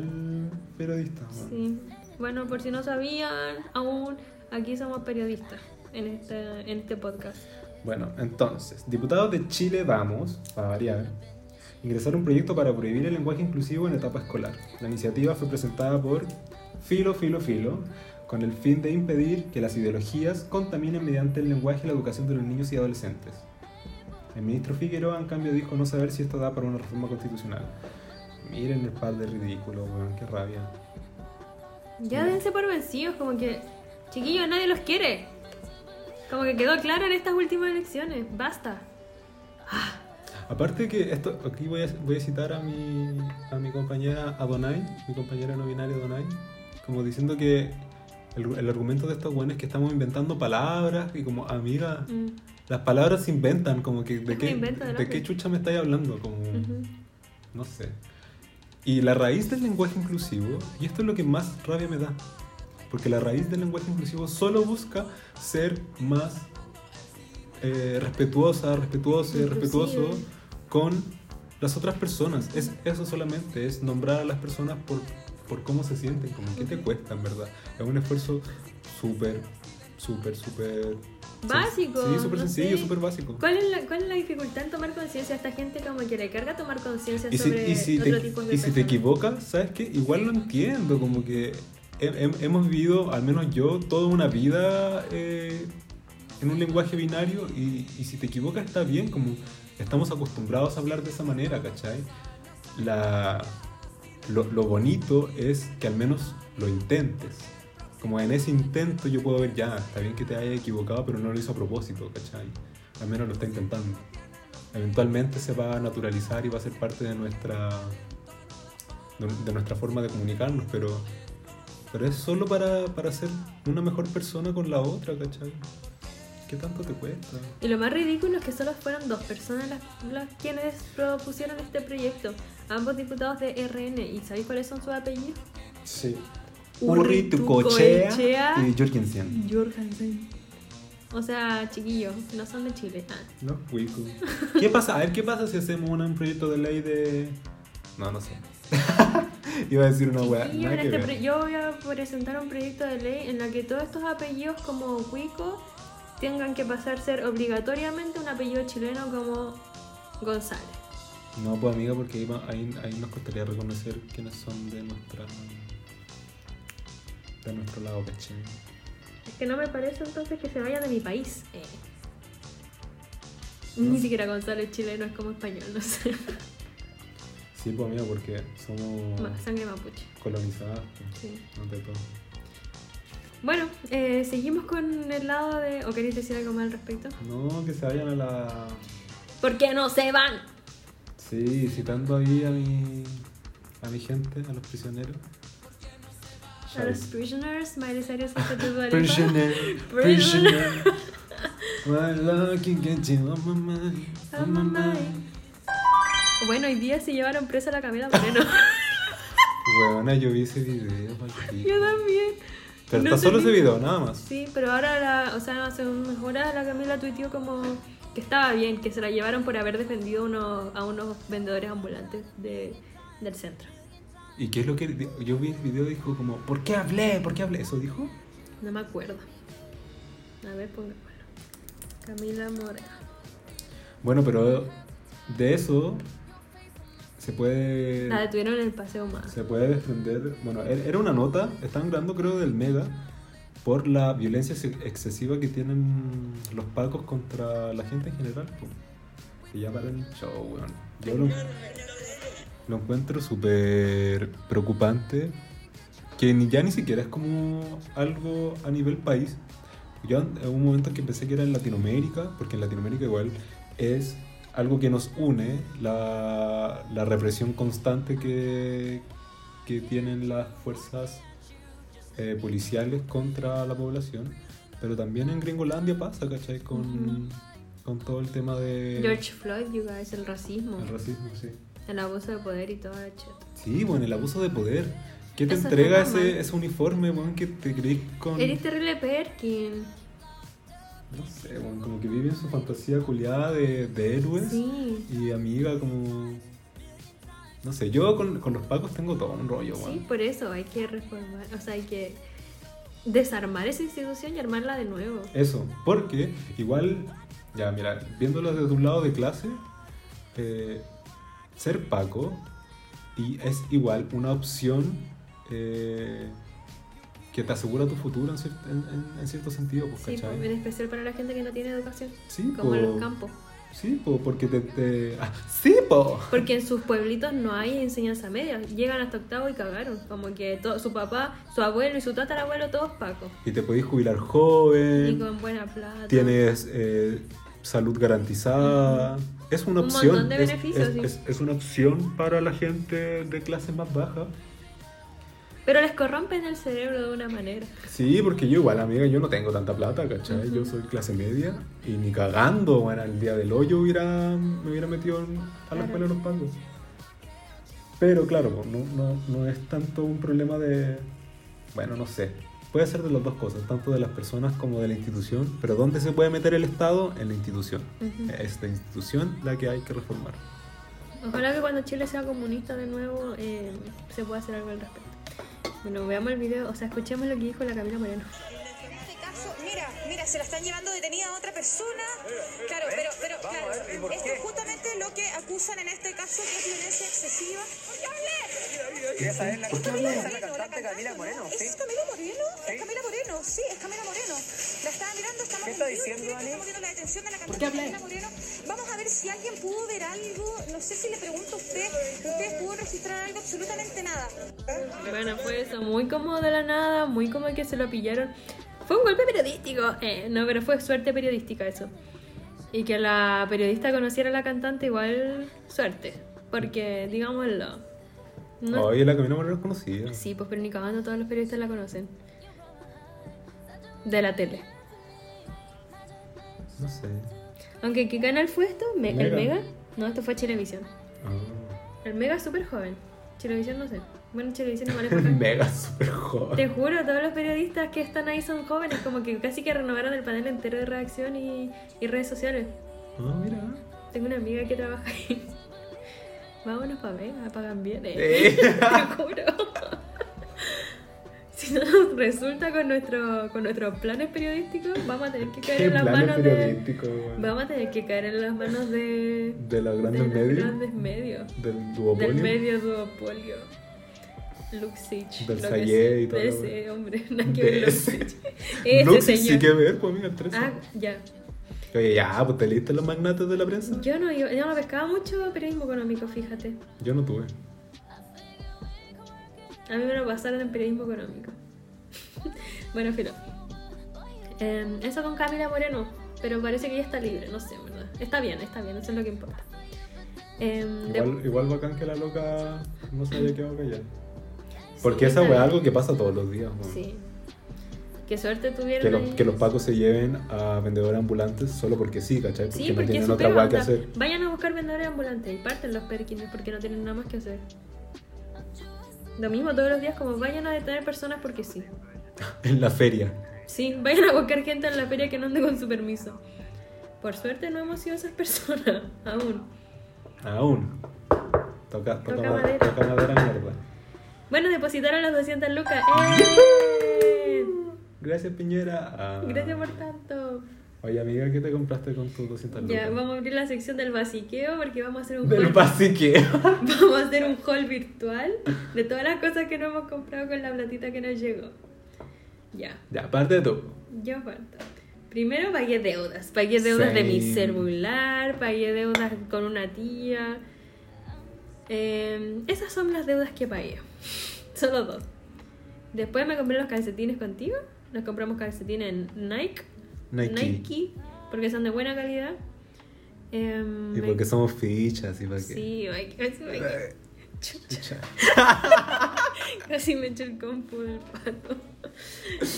Speaker 2: periodistas. weón.
Speaker 1: Sí. Bueno, por si no sabían, aún aquí somos periodistas en este, en este podcast.
Speaker 2: Bueno, entonces, diputados de Chile Vamos, para variar, ingresaron un proyecto para prohibir el lenguaje inclusivo en etapa escolar. La iniciativa fue presentada por Filo Filo Filo, con el fin de impedir que las ideologías contaminen mediante el lenguaje la educación de los niños y adolescentes. El ministro Figueroa, en cambio, dijo no saber si esto da para una reforma constitucional. Miren el par de ridículo, weón, qué rabia.
Speaker 1: Ya dense por vencidos, como que, chiquillos, nadie los quiere. Como que quedó claro en estas últimas elecciones, basta.
Speaker 2: Aparte que esto, aquí voy a, voy a citar a mi, a mi compañera Adonai, mi compañera no binaria Adonai, como diciendo que el, el argumento de estos buenos es que estamos inventando palabras y como, amiga,
Speaker 1: Mm,
Speaker 2: las palabras se inventan, como que de,
Speaker 1: Es un
Speaker 2: qué,
Speaker 1: invento del
Speaker 2: de qué
Speaker 1: hombre.
Speaker 2: chucha me estáis hablando, como,
Speaker 1: ujú.
Speaker 2: no sé. Y la raíz del lenguaje inclusivo, y esto es lo que más rabia me da, porque la raíz del lenguaje inclusivo solo busca ser más eh, respetuosa, respetuoso,
Speaker 1: Inclusive.
Speaker 2: respetuoso con las otras personas. Es eso solamente, es nombrar a las personas por, por cómo se sienten, como qué te cuesta, en verdad. Es un esfuerzo súper, súper, súper...
Speaker 1: Básico,
Speaker 2: Sí, súper
Speaker 1: no
Speaker 2: sencillo,
Speaker 1: sé.
Speaker 2: súper básico.
Speaker 1: ¿Cuál es, la, ¿Cuál es la dificultad en tomar conciencia? Esta gente como que le carga tomar conciencia
Speaker 2: Y si,
Speaker 1: sobre
Speaker 2: y si
Speaker 1: otro
Speaker 2: te,
Speaker 1: tipo de
Speaker 2: y si te
Speaker 1: personas.
Speaker 2: equivocas, ¿sabes qué? Igual lo entiendo, como que he- he- hemos vivido, al menos yo, toda una vida eh, en un lenguaje binario y, y si te equivocas está bien, como estamos acostumbrados a hablar de esa manera, ¿cachai? La, lo, lo bonito es que al menos lo intentes. Como en ese intento yo puedo ver, ya, está bien que te haya equivocado, pero no lo hizo a propósito, ¿cachai? Al menos lo está intentando eventualmente se va a naturalizar y va a ser parte de nuestra de, de nuestra forma de comunicarnos, pero, pero es solo para, para ser una mejor persona con la otra, ¿cachai? ¿Qué tanto te cuesta?
Speaker 1: Y lo más ridículo es que solo fueron dos personas las, las quienes propusieron este proyecto, ambos diputados de RN. ¿Y sabéis cuáles son sus apellidos?
Speaker 2: Sí.
Speaker 1: Urri,
Speaker 3: Urri, Tucochea
Speaker 1: Tucochea.
Speaker 3: y Jurgensen.
Speaker 1: Jorgensen. O sea, chiquillos, no son de Chile. Ah,
Speaker 2: Los cuicos. ¿Qué pasa? A ver, ¿qué pasa si hacemos una- un proyecto de ley de. No, no sé.
Speaker 3: Iba a decir una
Speaker 1: chiquillos,
Speaker 3: weá.
Speaker 1: en
Speaker 3: nada que
Speaker 1: este
Speaker 3: ver.
Speaker 1: pro- yo voy a presentar un proyecto de ley en la que todos estos apellidos como Cuico tengan que pasar a ser obligatoriamente un apellido chileno como González.
Speaker 2: No, pues amiga, porque ahí, va- ahí, ahí nos costaría reconocer quiénes son de nuestra. de nuestro lado, ¿cachai?
Speaker 1: Es que no me parece entonces que se vayan de mi país. eh.
Speaker 2: No.
Speaker 1: Ni siquiera González chileno es como español, no sé.
Speaker 2: Sí, pues amiga, porque somos
Speaker 1: Ma- Sangre mapuche.
Speaker 2: colonizadas. pues,
Speaker 1: Sí.
Speaker 2: No te puedo.
Speaker 1: Bueno, eh, seguimos con el lado de... ¿O queréis decir algo más al respecto?
Speaker 2: No, que se vayan a la.
Speaker 1: ¿Por qué no se van?
Speaker 2: Sí, citando ahí a mi. a mi gente, a los prisioneros.
Speaker 1: A los prisoners, Miley Cyrus y Dua Lipa.
Speaker 2: Prisoner,
Speaker 1: Prisoner.
Speaker 2: prisoner. My love can get you on my mind, on my mind.
Speaker 1: Bueno, hoy día se llevaron presa a la Camila Moreno.
Speaker 2: Weona, yo vi ese video, maldito.
Speaker 1: Yo también.
Speaker 2: Pero
Speaker 1: No
Speaker 2: está solo ese
Speaker 1: entendí.
Speaker 2: video, nada más.
Speaker 1: Sí, pero ahora, la, o sea, hace unas horas la Camila tuiteó como que estaba bien, que se la llevaron por haber defendido unos- a unos vendedores ambulantes de, del centro.
Speaker 2: ¿Y qué es lo que.? di- Yo vi el video y dijo como, ¿por qué hablé? ¿Por qué hablé? ¿Eso dijo?
Speaker 1: No me acuerdo. A ver, pongámoslo. Camila Moreno.
Speaker 2: Bueno, pero de eso se puede.
Speaker 1: La detuvieron en el paseo más.
Speaker 2: Se puede desprender, bueno, er- era una nota, estaban hablando creo del Mega, por la violencia ex- excesiva que tienen los pacos contra la gente en general. po. Y ya para el show, weón. Yo lo, lo encuentro súper preocupante, que ni, ya ni siquiera es como algo a nivel país. Yo en en un momento que pensé que era en Latinoamérica, porque en Latinoamérica igual es algo que nos une, la, la represión constante que, que tienen las fuerzas eh, policiales contra la población. Pero también en Gringolandia pasa, ¿cachai? Con,
Speaker 1: Ujú.
Speaker 2: con todo el tema de...
Speaker 1: George Floyd, you guys, el racismo,
Speaker 2: El racismo, sí.
Speaker 1: el abuso de poder y todo el chat.
Speaker 2: Sí, bueno, el abuso de poder. ¿Qué te
Speaker 1: Eso está
Speaker 2: entrega
Speaker 1: normal.
Speaker 2: ese, ese uniforme, weón, que te creí con...
Speaker 1: Eres terrible Perkin.
Speaker 2: No sé, weón, como que viven su fantasía culiada de, de héroes.
Speaker 1: Sí.
Speaker 2: Y amiga, como. No sé, yo con, con los pacos tengo todo un rollo,
Speaker 1: Sí,
Speaker 2: weón.
Speaker 1: por eso hay que reformar, o sea, hay que desarmar esa institución y armarla de nuevo.
Speaker 2: Eso, porque igual, ya mira, viéndolo desde un lado de clase, eh, ser paco y es igual una opción eh, que te asegura tu futuro en, cier- en- en- en cierto sentido, pues,
Speaker 1: Sí,
Speaker 2: ¿cachai?
Speaker 1: en especial para la gente que no tiene educación,
Speaker 2: Sí,
Speaker 1: como en los
Speaker 2: po.
Speaker 1: campos.
Speaker 2: Sí, po, porque te. te- ¡Ah! ¡Sí, po!
Speaker 1: Porque en sus pueblitos no hay enseñanza media, llegan hasta octavo y cagaron. Como que to- su papá, su abuelo y su tatarabuelo, todos pacos.
Speaker 2: Y te podéis jubilar
Speaker 1: Y
Speaker 2: joven.
Speaker 1: con buena plata.
Speaker 2: tienes eh, salud garantizada. Es una
Speaker 1: Un
Speaker 2: opción.
Speaker 1: montón de
Speaker 2: es-
Speaker 1: beneficios,
Speaker 2: es,
Speaker 1: sí.
Speaker 2: es- es una opción para la gente de clase más baja.
Speaker 1: Pero les corrompen el cerebro de una manera.
Speaker 2: Sí, porque yo igual, amiga, yo no tengo tanta plata, ¿cachai? Yo soy clase media y ni cagando, bueno, el día del hoyo hubiera, me hubiera metido en- a
Speaker 1: Claro.
Speaker 2: la escuela de los pangos. Pero claro, pues, no, no, no es tanto un problema de... Bueno, no sé. Puede ser de las dos cosas, tanto de las personas como de la institución. Pero ¿dónde se puede meter el Estado? En la institución.
Speaker 1: Ujú.
Speaker 2: Es la institución la que hay que reformar.
Speaker 1: Ojalá que cuando Chile sea comunista de nuevo eh, se pueda hacer algo al respecto. Bueno, veamos el video, o sea, escuchemos lo que dijo la Camila Moreno.
Speaker 4: En este caso, mira, mira, se la están llevando detenida a otra persona. Claro, pero, pero, claro, esto es justamente lo que acusan en este caso que es violencia excesiva.
Speaker 5: Quería saber la,
Speaker 4: ¿Por qué
Speaker 5: la
Speaker 4: hablé?
Speaker 5: cantante Camila Moreno,
Speaker 4: ¿Es
Speaker 5: ¿sí?
Speaker 4: Camila Moreno? ¿Es Camila Moreno? Sí, es Camila Moreno. La estaba mirando, estamos
Speaker 5: ¿Qué está
Speaker 4: en vivo y en
Speaker 5: diciendo,
Speaker 4: directo,
Speaker 5: Ale?
Speaker 4: estamos viendo la detención de la cantante Camila Moreno. Vamos a ver si alguien pudo ver algo. No sé si le pregunto a usted, ustedes pudo registrar algo, absolutamente nada.
Speaker 5: ¿Eh?
Speaker 1: Bueno, fue eso, muy como de la nada, muy como que se lo pillaron. Fue un golpe periodístico, eh, no, pero fue suerte periodística eso. Y que la periodista conociera a la cantante igual suerte, porque digámoslo, No-
Speaker 2: Oye, la Camila Moreno es conocida.
Speaker 1: Sí, pues pero ni cagando todos los periodistas la conocen. De la tele.
Speaker 2: No sé.
Speaker 1: Aunque, ¿qué canal fue esto? Me- ¿El
Speaker 2: Mega.
Speaker 1: Mega? No, esto fue Chilevisión.
Speaker 2: Ah.
Speaker 1: El Mega es súper joven. Chilevisión no sé. Bueno, Chilevisión no maneja acá.
Speaker 2: Mega super joven.
Speaker 1: Te juro, todos los periodistas que están ahí son jóvenes, como que casi que renovaron el panel entero de redacción y, y redes sociales.
Speaker 2: Ah, mira.
Speaker 1: Tengo una amiga que trabaja ahí. Vámonos para Mega, pagan bien. eh.
Speaker 2: Eh.
Speaker 1: Te juro. Si no nos resulta con, nuestro, con nuestros planes periodísticos, vamos a tener que caer
Speaker 2: Qué
Speaker 1: en las
Speaker 2: planes
Speaker 1: manos de.
Speaker 2: periodísticos, weón.
Speaker 1: Vamos a tener que caer en las manos de.
Speaker 2: De los
Speaker 1: de
Speaker 2: grandes
Speaker 1: los
Speaker 2: medios.
Speaker 1: grandes medios.
Speaker 2: Del duopolio.
Speaker 1: Del medio duopolio. Luxich.
Speaker 2: Del
Speaker 1: lo que
Speaker 2: Sayé
Speaker 1: sea,
Speaker 2: y todo
Speaker 1: de
Speaker 2: lo
Speaker 1: ese
Speaker 2: bueno.
Speaker 1: hombre. nada que
Speaker 2: De
Speaker 1: ver,
Speaker 2: ese.
Speaker 1: Luxich. Ese
Speaker 2: no, sí, sí
Speaker 1: señor.
Speaker 2: que ver, pues, amiga, el 13.
Speaker 1: Ah, ya.
Speaker 2: Oye, ya, pues te leíste los magnates de la prensa.
Speaker 1: Yo no, yo, yo no pescaba mucho periodismo económico, fíjate.
Speaker 2: Yo no tuve.
Speaker 1: A mí me lo pasaron en periodismo económico. bueno, filo. Em, eso con Camila Moreno, pero parece que ya está libre, no sé, en ¿verdad? Está bien, está bien, eso es lo que importa. Em, de-
Speaker 2: Igual, igual bacán que la loca no se haya quedado callada. Porque
Speaker 1: Sí,
Speaker 2: esa
Speaker 1: está
Speaker 2: weá es
Speaker 1: bien.
Speaker 2: algo que pasa todos los días, weón.
Speaker 1: Sí. Qué suerte tuvieron.
Speaker 2: Que, los-
Speaker 1: ahí.
Speaker 2: que los pacos se lleven a vendedores ambulantes solo porque sí, ¿cachai? Porque,
Speaker 1: Sí, porque
Speaker 2: no tienen
Speaker 1: eso
Speaker 2: otra
Speaker 1: pega,
Speaker 2: weá que
Speaker 1: onda,
Speaker 2: hacer.
Speaker 1: Vayan a buscar vendedores ambulantes y parten los perkins porque no tienen nada más que hacer. Lo mismo todos los días, como vayan a detener personas porque sí.
Speaker 2: En la feria.
Speaker 1: Sí, vayan a buscar gente en la feria que no ande con su permiso. Por suerte no hemos sido esas personas aún.
Speaker 2: Aún. Toca, toca,
Speaker 1: Toca
Speaker 2: ma-
Speaker 1: madera.
Speaker 2: toca madera mierda.
Speaker 1: Bueno, depositaron las 200 lucas. ¡Eh!
Speaker 2: Gracias, Piñera. Ah.
Speaker 1: Gracias por tanto.
Speaker 2: Oye, amiga, ¿qué te compraste con tus 200 lucas?
Speaker 1: Ya, vamos a abrir la sección del basiqueo porque vamos a hacer un
Speaker 2: Del
Speaker 1: haul-
Speaker 2: pasique.
Speaker 1: Vamos a hacer un haul virtual de todas las cosas que no hemos comprado con la platita que nos llegó. Ya,
Speaker 2: ya, aparte tú.
Speaker 1: yo falta. Primero pagué deudas. Pagué deudas de mi
Speaker 2: Same.
Speaker 1: celular, pagué deudas con una tía. Eh, esas son las deudas que pagué. Solo dos. Después me compré los calcetines contigo. Nos compramos calcetines en Nike.
Speaker 2: Nike.
Speaker 1: porque son de buena calidad. Em,
Speaker 2: Y
Speaker 1: me-
Speaker 2: porque somos fichas y para qué.
Speaker 1: Sí, ay, casi me... Chucha,
Speaker 2: Ficha.
Speaker 1: casi me echo el compu del pato.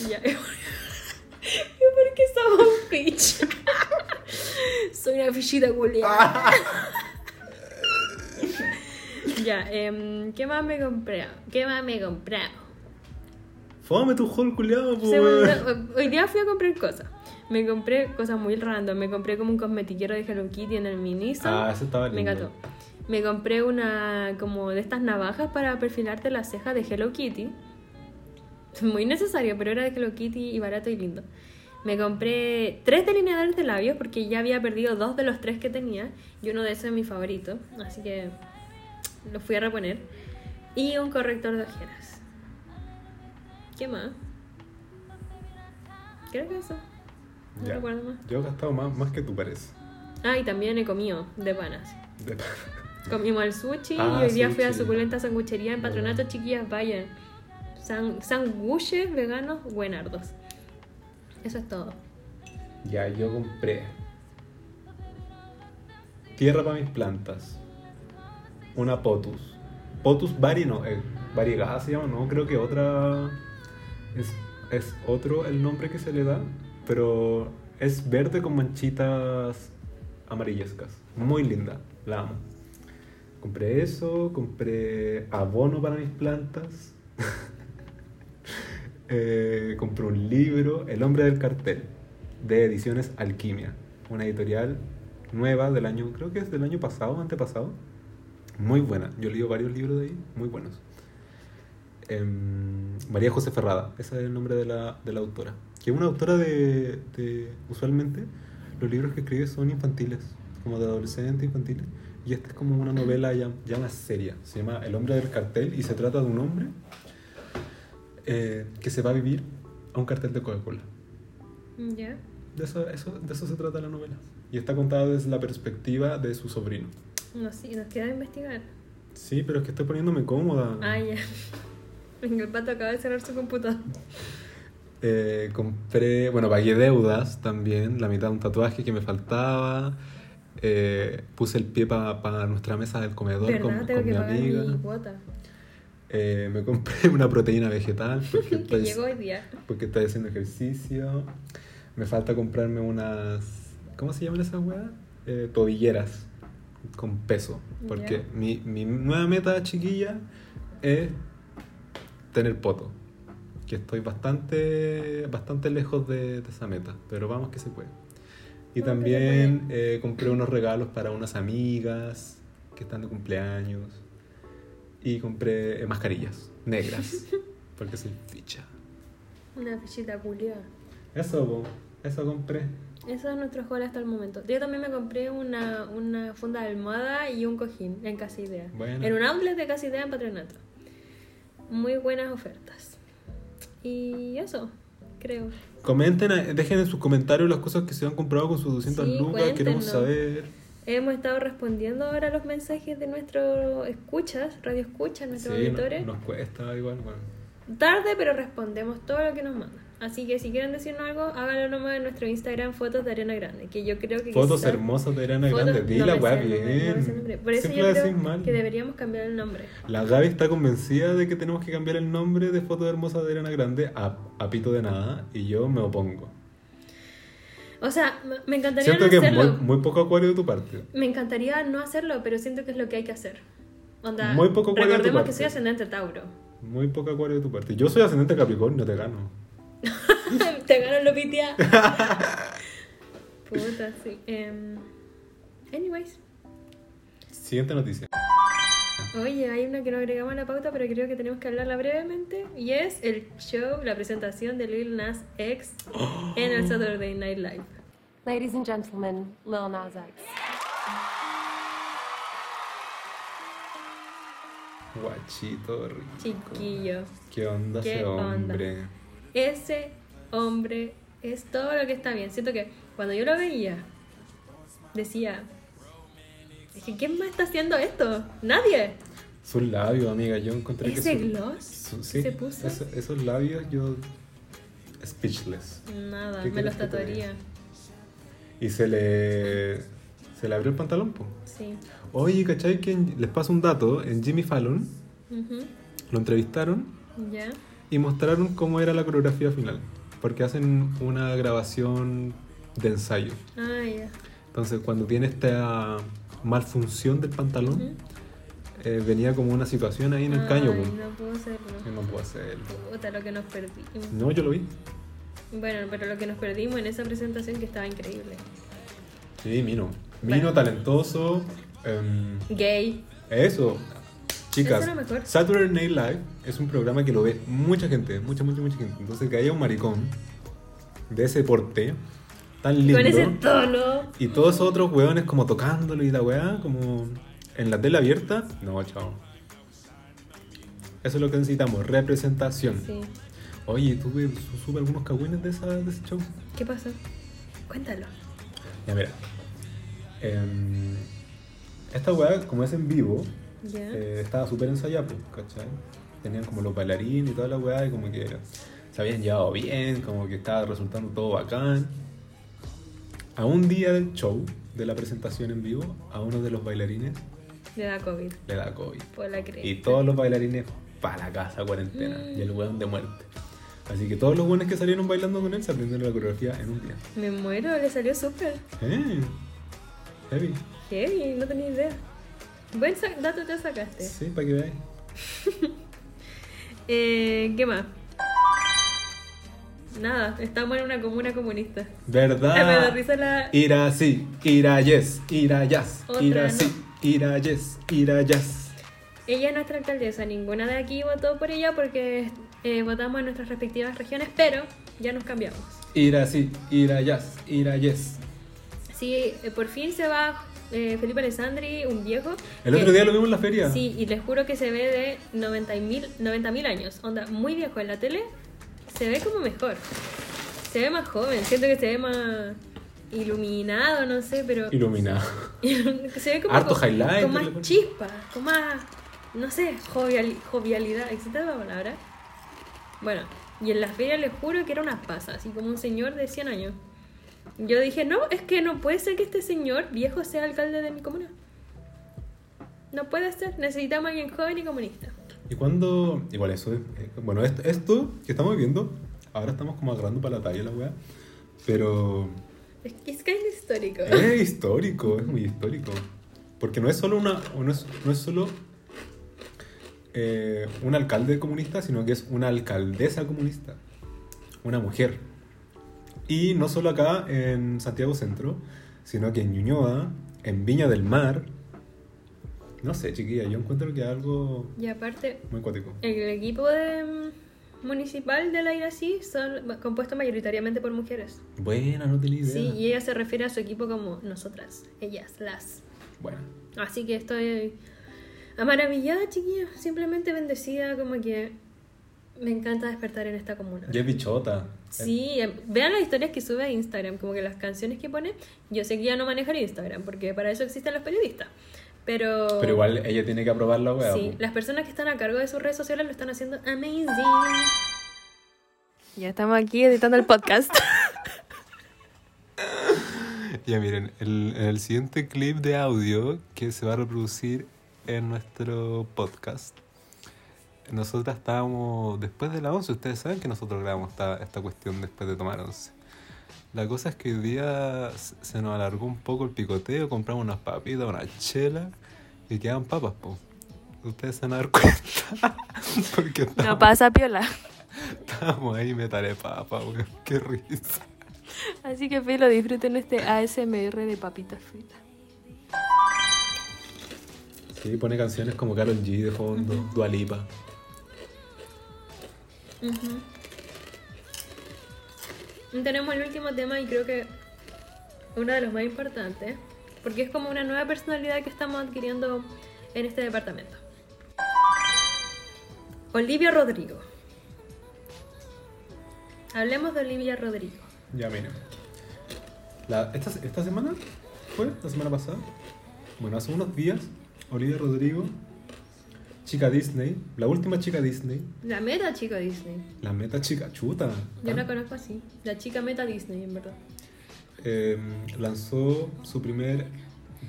Speaker 1: ya, yo porque estaba un ficha. Soy una fichita culiada. ya, em, ¿qué más me he comprado? ¿Qué más me he comprado?
Speaker 2: Fome tu hall culiado, pues.
Speaker 1: Segundo,
Speaker 2: weón.
Speaker 1: hoy día fui a comprar cosas. Me compré cosas muy random. Me compré como un cosmetiquero de Hello Kitty en el Miniso.
Speaker 2: Ah, eso estaba
Speaker 1: Me
Speaker 2: lindo.
Speaker 1: encantó. Me compré una como de estas navajas para perfilarte las cejas de Hello Kitty. Muy necesario, pero era de Hello Kitty y barato y lindo. Me compré tres delineadores de labios porque ya había perdido dos de los tres que tenía y uno de esos es mi favorito, así que lo fui a reponer. Y un corrector de ojeras. ¿Qué más? Creo que eso. No
Speaker 2: Ya.
Speaker 1: recuerdo más.
Speaker 2: Yo he gastado más, más que tú parece.
Speaker 1: Ah, y también he comido de panas.
Speaker 2: De-
Speaker 1: Comimos el sushi
Speaker 2: Ah,
Speaker 1: y hoy día fui a
Speaker 2: sushi. Oh.
Speaker 1: suculenta sanguchería en patronato, chiquillas, vayan. San, sanguches veganos buenardos. Eso es todo.
Speaker 2: Ya, yo compré tierra para mis plantas, una potus, potus varino, eh, variegada se llama, no, creo que otra es, es otro el nombre que se le da, pero es verde con manchitas amarillescas, muy linda, la amo. Compré eso, compré abono para mis plantas, Eh, compré un libro, El hombre del cartel, de Ediciones Alquimia, una editorial nueva del año, creo que es del año pasado, antepasado. Muy buena, yo he leído varios libros de ahí, muy buenos. Em, María José Ferrada, ese es el nombre de la, de la autora, que es una autora de, de- usualmente los libros que escribe son infantiles, como de adolescentes infantiles, y esta es como una novela ya, ya más seria, se llama El hombre del cartel y se trata de un hombre eh, que se va a vivir a un cartel de Coca-Cola.
Speaker 1: ¿Ya?
Speaker 2: De eso, eso- de eso se trata la novela. Y está contada desde la perspectiva de su sobrino.
Speaker 1: No, sí, nos queda investigar.
Speaker 2: Sí, pero es que estoy poniéndome cómoda.
Speaker 1: Ah, ya. Venga, el pato acaba de cerrar su computadora.
Speaker 2: Eh, compré, bueno, pagué deudas también, la mitad de un tatuaje que me faltaba. Eh, puse el pie para nuestra mesa del comedor
Speaker 1: ¿Verdad?
Speaker 2: con,
Speaker 1: Tengo
Speaker 2: con
Speaker 1: que
Speaker 2: mi
Speaker 1: pagar
Speaker 2: amiga.
Speaker 1: mi cuota.
Speaker 2: Eh, me compré una proteína vegetal porque,
Speaker 1: que
Speaker 2: pues, estoy,
Speaker 1: llegó hoy día.
Speaker 2: porque estoy haciendo ejercicio. Me falta comprarme unas. ¿Cómo se llaman esas weas? Eh, tobilleras con peso. Porque
Speaker 1: Ya.
Speaker 2: mi, mi nueva meta chiquilla es tener poto. Que estoy bastante, bastante lejos de, de esa meta, pero vamos que se puede. Y
Speaker 1: Vamos que se
Speaker 2: también eh, compré unos regalos para unas amigas que están de cumpleaños. Y compré eh, mascarillas negras, porque soy ficha.
Speaker 1: Una fichita culiada.
Speaker 2: Eso, po, eso compré.
Speaker 1: Eso es nuestro juego hasta el momento. Yo también me compré una, una funda de almohada y un cojín en Casa Idea.
Speaker 2: Buena.
Speaker 1: En un outlet de Casa Idea en Patronato. Muy buenas ofertas. Y eso, creo.
Speaker 2: Comenten, eh, dejen en sus comentarios las cosas que se han comprado con sus 200
Speaker 1: Sí,
Speaker 2: lucas, queremos
Speaker 1: cuéntenos.
Speaker 2: saber.
Speaker 1: Hemos estado respondiendo ahora los mensajes de nuestros escuchas, radio escuchas, nuestros
Speaker 2: Sí, no-
Speaker 1: auditores.
Speaker 2: nos cuesta igual, bueno.
Speaker 1: Tarde, pero respondemos todo lo que nos mandan. Así que si quieren decirnos algo, háganlo nomás en nuestro Instagram, fotos de Arena Grande, que yo creo que
Speaker 2: Fotos
Speaker 1: quizá-
Speaker 2: hermosas de Ariana
Speaker 1: Fotos-
Speaker 2: Grande, di
Speaker 1: no
Speaker 2: la
Speaker 1: me
Speaker 2: weá
Speaker 1: sé el nombre, no me sé el nombre.
Speaker 2: bien.
Speaker 1: Por eso
Speaker 2: Siempre
Speaker 1: yo
Speaker 2: la
Speaker 1: creo
Speaker 2: decís mal.
Speaker 1: que deberíamos cambiar el nombre.
Speaker 2: La Gaby está convencida de que tenemos que cambiar el nombre de Fotos Hermosas de Ariana Grande a, a Pito de Nada y yo me opongo.
Speaker 1: O sea, m- me encantaría
Speaker 2: Siento
Speaker 1: no
Speaker 2: que es
Speaker 1: hacerlo.
Speaker 2: muy, muy poco acuario de tu parte.
Speaker 1: Me encantaría no hacerlo, pero siento que es lo que hay que hacer. Onda,
Speaker 2: Muy poco cuadra de tu
Speaker 1: recordemos que
Speaker 2: parte.
Speaker 1: soy ascendente Tauro.
Speaker 2: Muy poco acuario de tu parte. Yo soy ascendente Capricornio, te gano.
Speaker 1: Te ganaron lo pitea. Puta, sí. Em, anyways.
Speaker 2: Siguiente noticia.
Speaker 1: Oye, hay una que no agregamos a la pauta, pero creo que tenemos que hablarla brevemente. Y es el show, la presentación de Lil Nas X en el Saturday Night Live.
Speaker 6: Ladies and gentlemen, Lil Nas X.
Speaker 2: Guachito rico.
Speaker 1: Chiquillo.
Speaker 2: ¿Qué onda
Speaker 1: ¿Qué
Speaker 2: ese
Speaker 1: onda?
Speaker 2: hombre?
Speaker 1: Ese hombre es todo lo que está bien. Siento que cuando yo lo veía, decía, es que ¿quién más está haciendo esto? Nadie.
Speaker 2: Sus labios, amiga, yo encontré que
Speaker 1: ¿Ese
Speaker 2: su-
Speaker 1: gloss
Speaker 2: su- sí,
Speaker 1: se puso?
Speaker 2: eso- esos labios yo... Speechless.
Speaker 1: Nada,
Speaker 2: ¿Qué
Speaker 1: me los
Speaker 2: crees que te
Speaker 1: tatuaría.
Speaker 2: diga? Y se le... Se le abrió el pantalón, po.
Speaker 1: Sí.
Speaker 2: Oye, ¿cachai? Que en- les paso un dato. En Jimmy Fallon
Speaker 1: Ujú.
Speaker 2: lo entrevistaron
Speaker 1: Ya.
Speaker 2: y mostraron cómo era la coreografía final. Porque hacen una grabación de ensayo.
Speaker 1: Ah, ya.
Speaker 2: Entonces, cuando tiene esta malfunción del pantalón,
Speaker 1: Ujú.
Speaker 2: eh, venía como una situación ahí en el
Speaker 1: Ay,
Speaker 2: caño. pues. po.
Speaker 1: no puedo hacerlo.
Speaker 2: Y No puedo hacerlo.
Speaker 1: Puta, lo que nos perdimos.
Speaker 2: No, yo lo vi.
Speaker 1: Bueno, pero lo que nos perdimos en esa presentación que estaba increíble.
Speaker 2: Sí, Mino.
Speaker 1: Bueno.
Speaker 2: Mino talentoso. em,
Speaker 1: Gay.
Speaker 2: eso. Chicas,
Speaker 1: Eso es lo mejor.
Speaker 2: Saturday Night Live es un programa que lo ve mucha gente, mucha, mucha, mucha gente. Entonces que haya un maricón de ese porte, tan lindo,
Speaker 1: Con ese tono.
Speaker 2: y todos esos otros hueones como tocándolo y la weá, como en la tela abierta, no, chao. Eso es lo que necesitamos, representación.
Speaker 1: Sí.
Speaker 2: Oye, tuve supe algunos cagüines de, esa- de ese show.
Speaker 1: ¿Qué pasó? Cuéntalo.
Speaker 2: Ya, mira. Em, esta weá, como es en vivo,
Speaker 1: Ya.
Speaker 2: eh, estaba súper ensayada, pues, ¿cachai? Tenían como los bailarines y toda la weá, y como que se habían llevado bien, como que estaba resultando todo bacán. A un día del show, de la presentación en vivo, a uno de los bailarines
Speaker 1: Le da COVID.
Speaker 2: le da COVID.
Speaker 1: Por la cresta.
Speaker 2: Y todos los bailarines para la casa, cuarentena. Y el weón de muerte. Así que todos los weones que salieron bailando con él se aprendieron la coreografía en un día.
Speaker 1: Me muero, le salió súper.
Speaker 2: ¡Eh! Heavy.
Speaker 1: Heavy, no tenía idea. Buen sa- dato te sacaste.
Speaker 2: Sí, para que veáis.
Speaker 1: Eh, ¿Qué más? Nada, estamos en una comuna comunista. Ay, me da
Speaker 2: ¿Verdad?
Speaker 1: risa la...
Speaker 2: Ir así, ir a yes, ir a yes,
Speaker 1: Otra
Speaker 2: ir
Speaker 1: no.
Speaker 2: así, ir a yes, ir a yes.
Speaker 1: Ella es nuestra alcaldesa, ninguna de aquí votó por ella porque eh, votamos en nuestras respectivas regiones, pero ya nos cambiamos.
Speaker 2: Ir así, ir a yes, ir a yes.
Speaker 1: Sí, eh, por fin se va eh, Felipe Alessandri, un viejo.
Speaker 2: El otro
Speaker 1: que-
Speaker 2: día lo vimos en la feria.
Speaker 1: Sí, y les juro que se ve de 90.000 90.000 años. Onda, muy viejo en la tele. Se ve como mejor. Se ve más joven. Siento que se ve más iluminado, no sé, pero.
Speaker 2: Iluminado.
Speaker 1: se ve como.
Speaker 2: Harto
Speaker 1: con,
Speaker 2: highlight,
Speaker 1: con
Speaker 2: le
Speaker 1: más
Speaker 2: ponen.
Speaker 1: chispa, con más. No sé, jovial- jovialidad. ¿Existe la palabra? Bueno, y en la feria les juro que era una pasa, así como un señor de 100 años. Yo dije, no, es que no puede ser que este señor viejo sea alcalde de mi comuna. No puede ser, necesitamos a alguien joven y comunista.
Speaker 2: ¿Y cuándo? Igual eso, es- eh, bueno, esto, esto que estamos viendo, ahora estamos como agarrando para la talla la weá, pero
Speaker 1: Es que es que es histórico.
Speaker 2: es histórico, es muy histórico. Porque no es solo una, o no es, no es solo eh, un alcalde comunista, sino que es una alcaldesa comunista, una mujer. Y no solo acá en Santiago Centro, sino que en Ñuñoa, en Viña del Mar. No sé, chiquilla, yo encuentro que es algo
Speaker 1: Y aparte,
Speaker 2: muy cuático.
Speaker 1: el equipo de, mm, municipal de la IRACI son compuesto mayoritariamente por mujeres.
Speaker 2: Buena, no tenía idea.
Speaker 1: Sí, y ella se refiere a su equipo como nosotras, ellas, las.
Speaker 2: Bueno,
Speaker 1: Así que estoy maravillada, chiquillos. Simplemente bendecida, como que me encanta despertar en esta comuna.
Speaker 2: ya es bichota.
Speaker 1: Sí, eh, vean las historias que sube a Instagram, como que las canciones que pone. Yo sé que ya no maneja el Instagram, porque para eso existen los periodistas. Pero,
Speaker 2: Pero igual ella tiene que aprobar la weá.
Speaker 1: sí,
Speaker 2: po.
Speaker 1: las personas que están a cargo de sus redes sociales lo están haciendo amazing. Ya estamos aquí editando el podcast.
Speaker 2: Ya miren, el, el siguiente clip de audio que se va a reproducir en nuestro podcast. Nosotras estábamos después de la 11, ustedes saben que nosotros grabamos esta, esta cuestión después de tomar 11. La cosa es que hoy día se se nos alargó un poco el picoteo, compramos unas papitas, una chela y quedan papas, po. Ustedes se van a dar cuenta porque estábamos,
Speaker 1: pasa piola.
Speaker 2: estábamos ahí metaré papas, weón, qué risa.
Speaker 1: Así que filo, disfruten este ASMR de papitas fritas.
Speaker 2: Sí, pone canciones como Carol G de fondo, Dualipa.
Speaker 1: Tenemos el último tema y creo que uno de los más importantes, porque es como una nueva personalidad que estamos adquiriendo en este departamento. Olivia Rodrigo. Hablemos de Olivia Rodrigo.
Speaker 2: Ya, mira. La- esta, esta semana? ¿Fue? ¿La semana pasada? Bueno, hace unos días, Olivia Rodrigo, chica Disney, la última chica Disney,
Speaker 1: La meta chica Disney.
Speaker 2: la meta chica chuta,
Speaker 1: Yo
Speaker 2: ah,
Speaker 1: la conozco así. La chica meta Disney, en verdad.
Speaker 2: em, lanzó su primer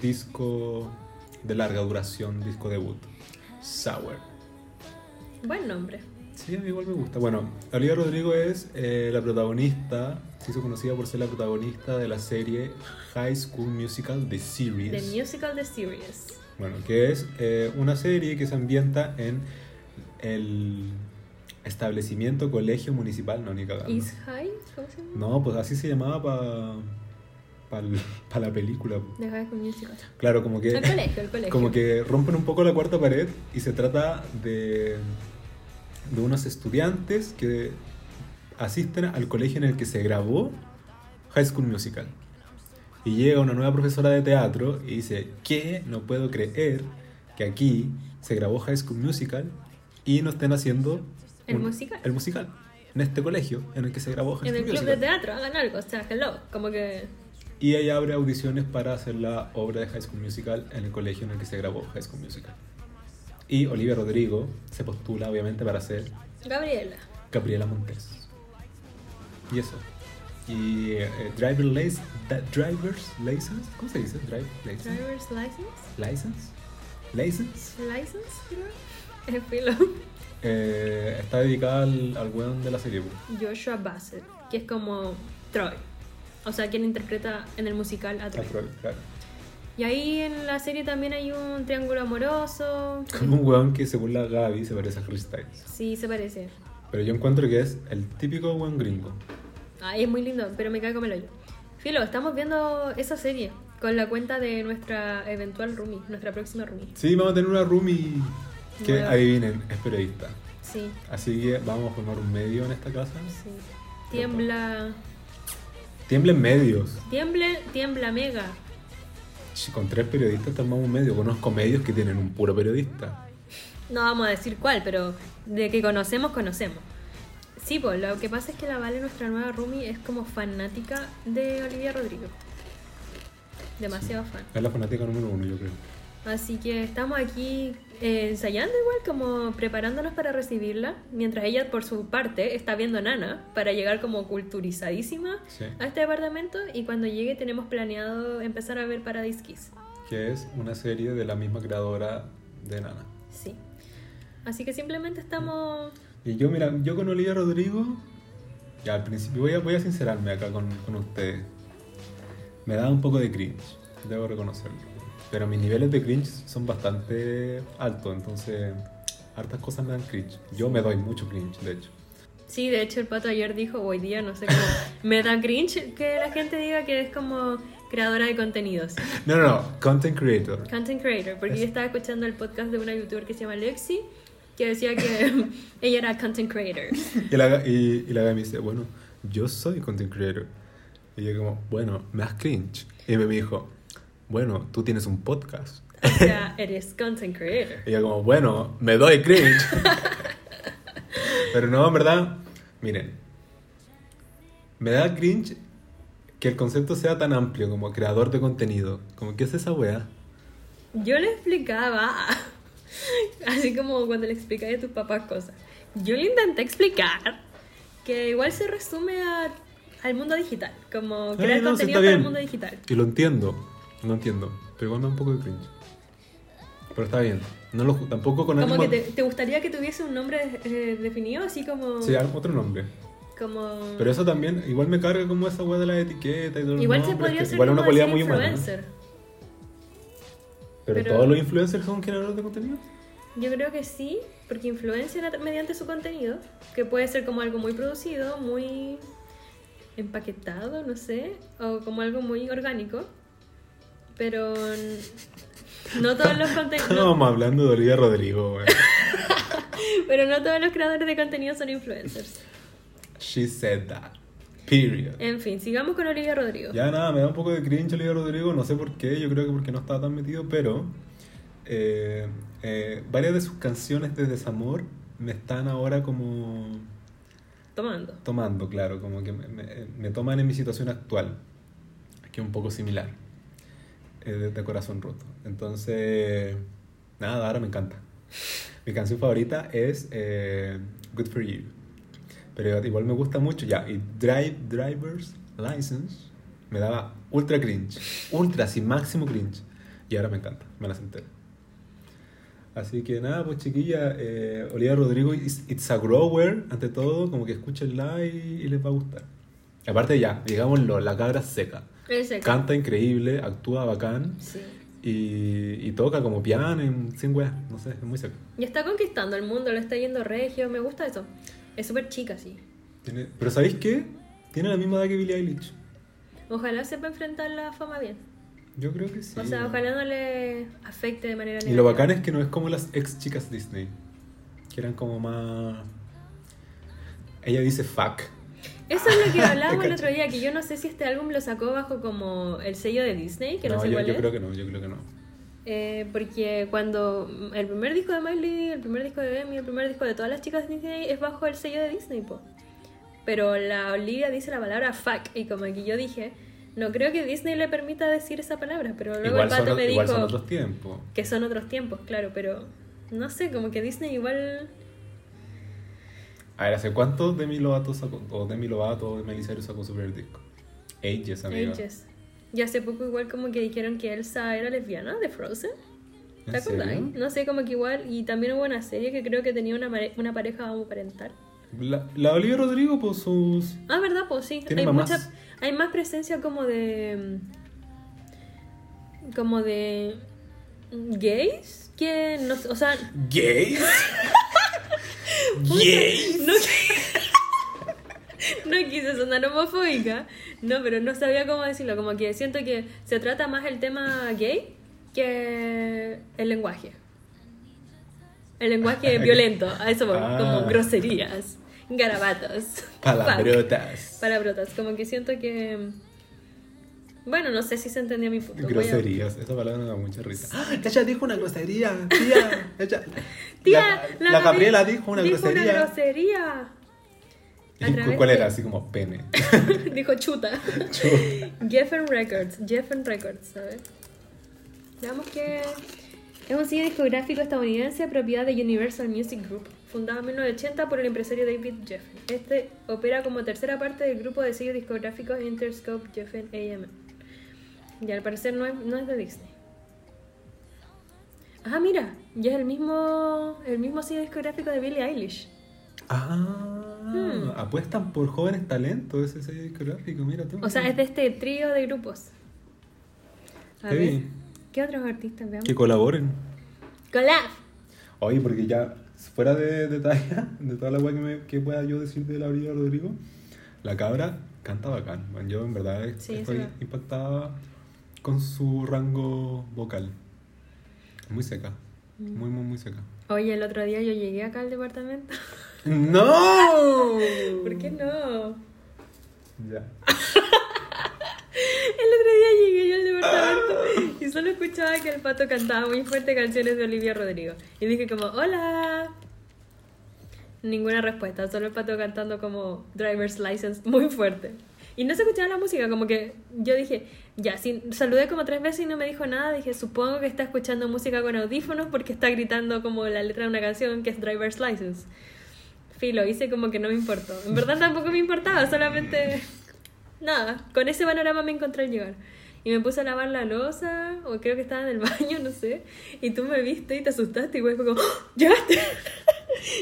Speaker 2: disco de larga duración, disco debut, Sour.
Speaker 1: Buen nombre.
Speaker 2: Sí, a mí igual me gusta. Bueno, Olivia Rodrigo es eh, la protagonista, se hizo conocida por ser la protagonista de la serie High School Musical The Series.
Speaker 1: The Musical The Series.
Speaker 2: Bueno, que es eh, una serie que se ambienta en el establecimiento colegio municipal, no, ni cagando.
Speaker 1: Is High, ¿cómo se llama?
Speaker 2: No, pues así se llamaba para la película.
Speaker 1: The High School Musical.
Speaker 2: Claro, como que...
Speaker 1: El colegio, el colegio.
Speaker 2: Eh. Como que rompen un poco la cuarta pared y se trata de, de unos estudiantes que asisten al colegio en el que se grabó High School Musical. Y llega una nueva profesora de teatro y dice, ¿qué? No puedo creer que aquí se grabó High School Musical y no estén haciendo
Speaker 1: El musical.
Speaker 2: el musical en este colegio en el que se grabó High
Speaker 1: En
Speaker 2: School
Speaker 1: el club de
Speaker 2: Musical.
Speaker 1: teatro, hagan algo, o sea, hello. Como que
Speaker 2: Y ella abre audiciones para hacer la obra de High School Musical en el colegio en el que se grabó High School Musical. Y Olivia Rodrigo se postula, obviamente, para ser
Speaker 1: Gabriela.
Speaker 2: Gabriela Montes. Y eso. Y eh, driver lic- da- Driver's License. ¿Cómo se dice? Drive License.
Speaker 1: Driver's license.
Speaker 2: License. License.
Speaker 1: License, creo. El filo.
Speaker 2: Eh, está dedicada al, al weón de la serie. pues.
Speaker 1: Joshua Bassett, que es como Troy. O sea, quien interpreta en el musical a Troy.
Speaker 2: Al Troy, claro.
Speaker 1: Y ahí en la serie también hay un triángulo amoroso.
Speaker 2: Como un weón que, según la Gaby, se parece a Chris Styles.
Speaker 1: Sí, se parece.
Speaker 2: Pero yo encuentro que es el típico weón gringo.
Speaker 1: Ay, es muy lindo, pero me cae como el hoyo. Filo, estamos viendo esa serie con la cuenta de nuestra eventual roomie, nuestra próxima roomie.
Speaker 2: Sí, vamos a tener una roomie que
Speaker 1: Nueva.
Speaker 2: adivinen, es periodista.
Speaker 1: Sí,
Speaker 2: Así que vamos a formar un medio en esta casa.
Speaker 1: sí. Tiembla.
Speaker 2: Tiemblen medios.
Speaker 1: Tiemble, tiembla mega.
Speaker 2: Si con tres periodistas tomamos un medio. Conozco medios que tienen un puro periodista.
Speaker 1: No vamos a decir cuál, pero de que conocemos, conocemos. Sí, pues lo que pasa es que la Vale, nuestra nueva roomie, es como fanática de Olivia Rodrigo. Demasiado fan.
Speaker 2: Es la fanática número uno, yo creo.
Speaker 1: Así que estamos aquí eh, ensayando igual, como preparándonos para recibirla, mientras ella por su parte está viendo a Nana para llegar como culturizadísima
Speaker 2: Sí.
Speaker 1: a este departamento y cuando llegue tenemos planeado empezar a ver Paradise Kiss.
Speaker 2: Que es una serie de la misma creadora de Nana.
Speaker 1: Sí. Así que simplemente estamos.
Speaker 2: Y yo, mira, yo con Olivia Rodrigo, ya al principio voy a, voy a sincerarme acá con, con ustedes. Me da un poco de cringe, debo reconocerlo. Pero mis niveles de cringe son bastante altos, entonces hartas cosas me dan cringe. Yo me doy mucho cringe, de hecho.
Speaker 1: Sí, de hecho el pato ayer dijo, hoy día, no sé cómo. Me da cringe que la gente diga que es como creadora de contenidos.
Speaker 2: No, no, no, content creator.
Speaker 1: Content creator, porque yo estaba escuchando el podcast de una youtuber que se llama Lexi, que decía que ella era content creator.
Speaker 2: Y la, ga- y, y la Gaby me dice, bueno, yo soy content creator. Y yo como, bueno, me das cringe. Y me dijo, bueno, tú tienes un podcast.
Speaker 1: O sea, eres content creator.
Speaker 2: Y yo como, bueno, me doy cringe. Pero no, en verdad, miren, me da cringe que el concepto sea tan amplio como creador de contenido. Como, ¿qué es esa weá?
Speaker 1: Yo le explicaba, así como cuando le explicáis a tus papás cosas. Yo le intenté explicar que igual se resume a- al mundo digital, como crear
Speaker 2: Eh, no,
Speaker 1: contenido
Speaker 2: sí, está
Speaker 1: para el
Speaker 2: bien.
Speaker 1: mundo digital.
Speaker 2: Y lo entiendo, lo entiendo. Pero igual me da un poco de cringe. Pero está bien. No lo, ju- tampoco con
Speaker 1: Como
Speaker 2: ánimo-
Speaker 1: que te, te gustaría que tuviese un nombre eh, definido, así como...
Speaker 2: Sí, algún otro nombre.
Speaker 1: como...
Speaker 2: Pero eso también, igual me carga como esa weá de la etiqueta y todo los
Speaker 1: igual se
Speaker 2: nombres,
Speaker 1: podría
Speaker 2: que
Speaker 1: ser
Speaker 2: Igual es
Speaker 1: como
Speaker 2: una cualidad
Speaker 1: decir
Speaker 2: muy humana. ¿no?
Speaker 1: influencer.
Speaker 2: Pero,
Speaker 1: Pero-
Speaker 2: todos los influencers son generadores de contenido.
Speaker 1: Yo creo que sí, porque influencian a- mediante su contenido, que puede ser como algo muy producido, muy empaquetado, no sé, o como algo muy orgánico, pero n- no todos los contenidos,
Speaker 2: Estábamos hablando de Olivia Rodrigo, weón.
Speaker 1: pero no todos los creadores de contenido son influencers.
Speaker 2: She said that. Period.
Speaker 1: En fin, sigamos con Olivia Rodrigo.
Speaker 2: Ya nada, me da un poco de cringe Olivia Rodrigo, no sé por qué, yo creo que porque no estaba tan metido, pero eh, eh, varias de sus canciones de desamor me están ahora como
Speaker 1: Tomando.
Speaker 2: tomando, claro, como que me, me- me toman en mi situación actual, que es un poco similar, eh, de, de corazón roto. Entonces, nada, ahora me encanta. Mi canción favorita es eh, Good for You, pero igual me gusta mucho, ya, y Drive Driver's License me daba ultra cringe, ultra, sin máximo cringe, y ahora me encanta, me la senté. Así que nada, pues chiquilla, eh, Olivia Rodrigo, is- it's a grower, ante todo, como que escúchenla y, y les va a gustar. Aparte ya, digámoslo, la cabra seca.
Speaker 1: Ese.
Speaker 2: Canta increíble, actúa bacán
Speaker 1: Sí.
Speaker 2: y, y toca como piano, en- sin weas, no sé, es muy seca.
Speaker 1: Y está conquistando el mundo, lo está yendo regio, me gusta eso. Es súper chica, sí.
Speaker 2: Tiene- pero ¿sabéis qué? Tiene la misma edad que Billie Eilish.
Speaker 1: Ojalá sepa enfrentar la fama bien.
Speaker 2: Yo creo que sí.
Speaker 1: O sea, ojalá no le afecte de manera negativa.
Speaker 2: Y lo bacán es que no es como las ex chicas Disney, que eran como más... Ella dice fuck.
Speaker 1: Eso es lo que hablábamos
Speaker 2: Te
Speaker 1: el otro día, que yo no sé si este álbum lo sacó bajo como el sello de Disney, que no, sé
Speaker 2: yo,
Speaker 1: cuál
Speaker 2: yo
Speaker 1: es.
Speaker 2: creo que no, yo creo que no.
Speaker 1: Eh, porque cuando mm, el primer disco de Miley, el primer disco de Demi, el primer disco de todas las chicas Disney es bajo el sello de Disney, po. Pero la Olivia dice la palabra fuck, y como aquí yo dije, no creo que Disney le permita decir esa palabra, pero luego el
Speaker 2: igual
Speaker 1: pato
Speaker 2: son,
Speaker 1: me
Speaker 2: igual
Speaker 1: dijo
Speaker 2: son otros tiempos.
Speaker 1: que son otros tiempos, claro, pero no sé, como que Disney igual
Speaker 2: A ver, ¿hace cuánto Demi Lovato sacó, o Demi Lovato o Demi Elisario sacó su primer disco? Ages, amiga.
Speaker 1: Ages. Y hace poco igual como que dijeron que Elsa era lesbiana de Frozen. ¿Te
Speaker 2: ¿En serio?
Speaker 1: acordás? No sé, como que igual. Y también hubo una serie que creo que tenía una, mare- una pareja homoparental.
Speaker 2: La, la Olivia Rodrigo, pues sus...
Speaker 1: Ah, ¿verdad? Pues sí.
Speaker 2: Tiene
Speaker 1: hay,
Speaker 2: mamás.
Speaker 1: mucha- hay más presencia como de... mm, Como de... mm, ¿Gays? Que no sé, o sea...
Speaker 2: ¿Gays? ¿Gays?
Speaker 1: No, qui- no quise sonar homofóbica. No, pero no sabía cómo decirlo. Como que siento que se trata más el tema gay que el lenguaje. El lenguaje violento, a eso voy,
Speaker 2: Ah.
Speaker 1: como groserías, garabatos,
Speaker 2: Palabrotas.
Speaker 1: palabrotas. Como que siento que. Bueno, no sé si se entendía mi punto. Voy a-
Speaker 2: Groserías, esa palabra me da mucha risa. ¡Ah! Ella dijo una grosería, tía. Ella-
Speaker 1: Tía,
Speaker 2: la, la
Speaker 1: Gabi-
Speaker 2: Gabriela dijo una grosería.
Speaker 1: Dijo una grosería.
Speaker 2: ¿Y
Speaker 1: A través
Speaker 2: ¿Cuál
Speaker 1: de-
Speaker 2: era? Así como pene.
Speaker 1: dijo chuta.
Speaker 2: Chuta.
Speaker 1: Geffen Records, Geffen Records, ¿sabes? Veamos que es un sello discográfico estadounidense propiedad de Universal Music Group, fundado en 1980 por el empresario David Geffen. Este opera como tercera parte del grupo de sellos discográficos Interscope Geffen AMN. Y al parecer no es, no es de Disney. Ah, mira, ya es el mismo, el mismo sello discográfico de Billie Eilish.
Speaker 2: Ah, apuestan por jóvenes talentos ese sello discográfico, mira tú.
Speaker 1: O sea, es de este trío de grupos. A
Speaker 2: Heavy.
Speaker 1: ver, ¿qué otros artistas veamos?
Speaker 2: Que colaboren.
Speaker 1: Collab.
Speaker 2: Oye, porque ya, fuera de detalle, de toda la weá que, me- que pueda yo decir de la Brida Rodrigo, la cabra canta bacán. man. yo en verdad est-
Speaker 1: Sí,
Speaker 2: estoy
Speaker 1: sí.
Speaker 2: impactada con su rango vocal. Muy seca.
Speaker 1: Mm.
Speaker 2: Muy, muy, muy seca.
Speaker 1: Oye, el otro día yo llegué acá al departamento.
Speaker 2: ¡No!
Speaker 1: ¿Por qué no?
Speaker 2: Ya.
Speaker 1: El otro día llegué yo al departamento y solo escuchaba que el pato cantaba muy fuerte canciones de Olivia Rodrigo. Y dije como, hola. Ninguna respuesta, solo el pato cantando como Driver's License muy fuerte. Y no se escuchaba la música, como que yo dije, ya, sin, saludé como tres veces y no me dijo nada. Dije, supongo que está escuchando música con audífonos porque está gritando como la letra de una canción que es Driver's License. Filo, hice como que no me importó. En verdad tampoco me importaba, solamente nada, con ese panorama me encontré al llegar. Y me puse a lavar la losa, o creo que estaba en el baño, no sé. Y tú me viste y te asustaste, y güey, fue como, ¡Ah! ¿llegaste?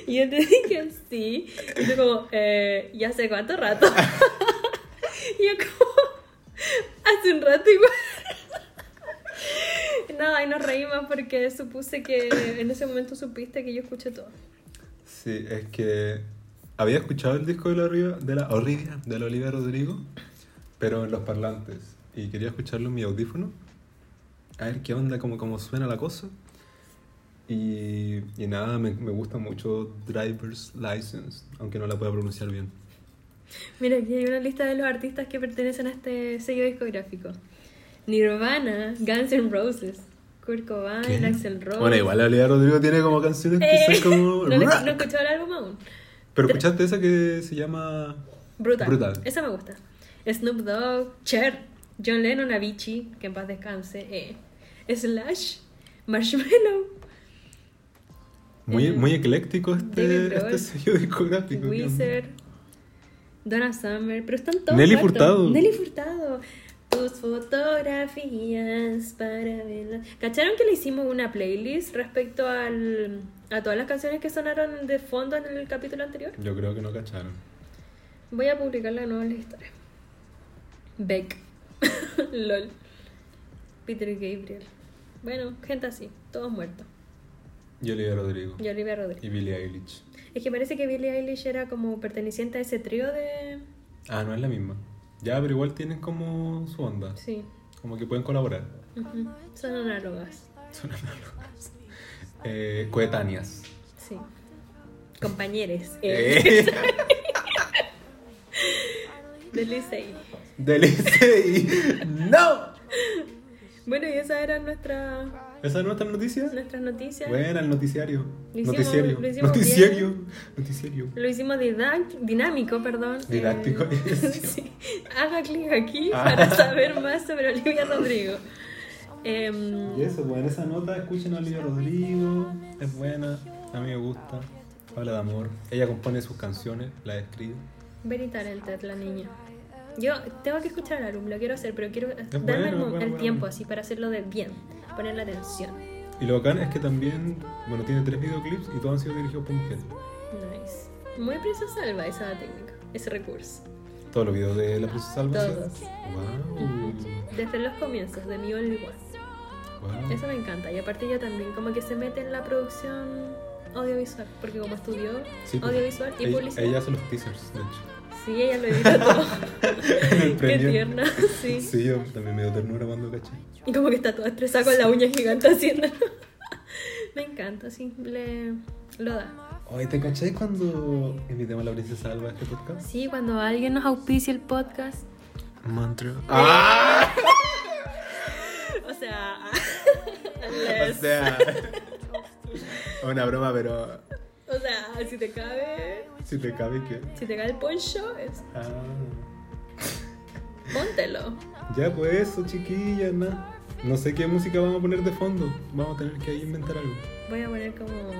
Speaker 1: Y yo te dije, sí. Y tú, como, eh, ¿ya hace cuánto rato? y yo, como, hace un rato igual. Nada, y nos reímos porque supuse que en ese momento supiste que yo escuché todo.
Speaker 2: Sí, es que había escuchado el disco de la Riva- de la Olivia, de la Olivia Rodrigo, pero en los parlantes. Y quería escucharlo en mi audífono, a ver qué onda, cómo, cómo suena la cosa. Y, y nada, me, me gusta mucho Driver's License, aunque no la pueda pronunciar bien.
Speaker 1: Mira, aquí hay una lista de los artistas que pertenecen a este sello discográfico. Nirvana, Guns N' Roses, Kurt Cobain, Axel Rose.
Speaker 2: Bueno, igual la Olivia Rodrigo tiene como canciones que
Speaker 1: Eh,
Speaker 2: son como...
Speaker 1: no, he escu- no he escuchado el álbum aún.
Speaker 2: pero escuchaste esa que se llama...
Speaker 1: Brutal.
Speaker 2: Brutal.
Speaker 1: Esa me gusta. Snoop Dogg, Cher, John Lennon, Avicii, que en paz descanse. eh, Slash, Marshmallow,
Speaker 2: Muy,
Speaker 1: Eh,
Speaker 2: muy ecléctico
Speaker 1: David
Speaker 2: este,
Speaker 1: Grohl,
Speaker 2: este sello discográfico. que-
Speaker 1: Wizard, Donna Summer, pero están todos.
Speaker 2: Nelly
Speaker 1: muertos.
Speaker 2: Furtado.
Speaker 1: Nelly Furtado. Tus fotografías para verlas. ¿Cacharon que le hicimos una playlist respecto al, a todas las canciones que sonaron de fondo en el capítulo anterior?
Speaker 2: Yo creo que no cacharon.
Speaker 1: Voy a publicarla de nuevo en la historia. Beck. LOL. Peter Gabriel. Bueno, gente así, todos muertos.
Speaker 2: Y Olivia Rodrigo.
Speaker 1: Y Olivia Rodrigo.
Speaker 2: Y Billie Eilish.
Speaker 1: Es que parece que Billie Eilish era como perteneciente a ese trío de.
Speaker 2: Ah, no es la misma. Ya, pero igual tienen como su onda.
Speaker 1: Sí.
Speaker 2: Como que pueden colaborar.
Speaker 1: Ujú, Son análogas,
Speaker 2: Son análogas. Eh, coetáneas.
Speaker 1: sí. Compañeres.
Speaker 2: Eh.
Speaker 1: Del Licey.
Speaker 2: Del ICI. ¡No!
Speaker 1: Bueno, y esas eran nuestra,
Speaker 2: ¿Esa es nuestra noticia?
Speaker 1: nuestras noticias.
Speaker 2: Buena, el noticiario.
Speaker 1: Lo hicimos-
Speaker 2: Noticiario.
Speaker 1: lo hicimos
Speaker 2: Noticiario. Noticiario.
Speaker 1: Lo hicimos didac- dinámico, perdón.
Speaker 2: Didáctico,
Speaker 1: Eh, sí. Haga clic aquí
Speaker 2: Ah.
Speaker 1: para saber más sobre Olivia Rodrigo. Em,
Speaker 2: Y eso, pues en esa nota escuchen a Olivia Rodrigo. Es buena. A mí me gusta. Habla de amor. Ella compone sus canciones, las escribe.
Speaker 1: Very talented la niña. Yo tengo que escuchar el álbum, lo quiero hacer, pero quiero darme
Speaker 2: bueno,
Speaker 1: el, mo-
Speaker 2: bueno,
Speaker 1: el
Speaker 2: bueno.
Speaker 1: tiempo así para hacerlo de bien, ponerle atención.
Speaker 2: Y lo bacán es que también, bueno, tiene tres videoclips y todos han sido dirigidos por mujeres.
Speaker 1: Nice. Muy princesa salva esa técnica, ese recurso.
Speaker 2: Todos los videos de la princesa Salva. ¿sí?
Speaker 1: Todos.
Speaker 2: Wow.
Speaker 1: Desde los comienzos de Mi Only One.
Speaker 2: wow.
Speaker 1: Eso me encanta. Y aparte ella también como que se mete en la producción audiovisual, porque como estudió
Speaker 2: Sí, pues,
Speaker 1: audiovisual y
Speaker 2: ella,
Speaker 1: publicidad.
Speaker 2: Ella hace los teasers, de hecho.
Speaker 1: Sí, ella lo edita todo.
Speaker 2: En el
Speaker 1: Qué
Speaker 2: premio.
Speaker 1: tierna, sí.
Speaker 2: Sí, yo también me dio ternura cuando caché.
Speaker 1: Y como que está toda estresada con la uña gigante haciéndolo. me encanta, sí. Le... Lo da.
Speaker 2: Oye, ¿te caché cuando invitamos a la princesa Salva a este podcast?
Speaker 1: Sí, cuando alguien nos auspicia el podcast.
Speaker 2: Mantra. ¡Ah!
Speaker 1: O sea...
Speaker 2: O
Speaker 1: unless-
Speaker 2: sea. Una broma, pero.
Speaker 1: o sea, si te cabe...
Speaker 2: Si te cabe que.
Speaker 1: Si te cae el poncho, es...
Speaker 2: Ah.
Speaker 1: Póntelo.
Speaker 2: Ya, pues eso, chiquilla, nada. No sé qué música vamos a poner de fondo. Vamos a tener que ahí inventar algo.
Speaker 1: Voy a poner como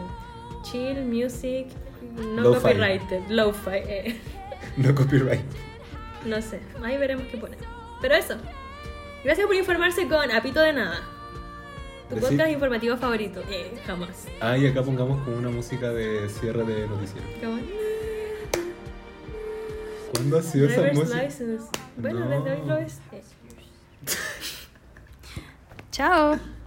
Speaker 1: chill, music, no
Speaker 2: Lo-fi.
Speaker 1: copyrighted, lo-fi. eh.
Speaker 2: No copyright.
Speaker 1: No sé, ahí veremos qué poner. Pero eso. Gracias por informarse con Apito de Nada. Tu
Speaker 2: Decir-
Speaker 1: podcast informativo favorito. Eh, jamás.
Speaker 2: Ah, y acá pongamos como una música de cierre de noticiero.
Speaker 1: Como,
Speaker 2: ¿Cuándo ha sido esa
Speaker 1: Driver's
Speaker 2: música?
Speaker 1: license. Bueno,
Speaker 2: No.
Speaker 1: desde hoy lo es. Eh. Chao.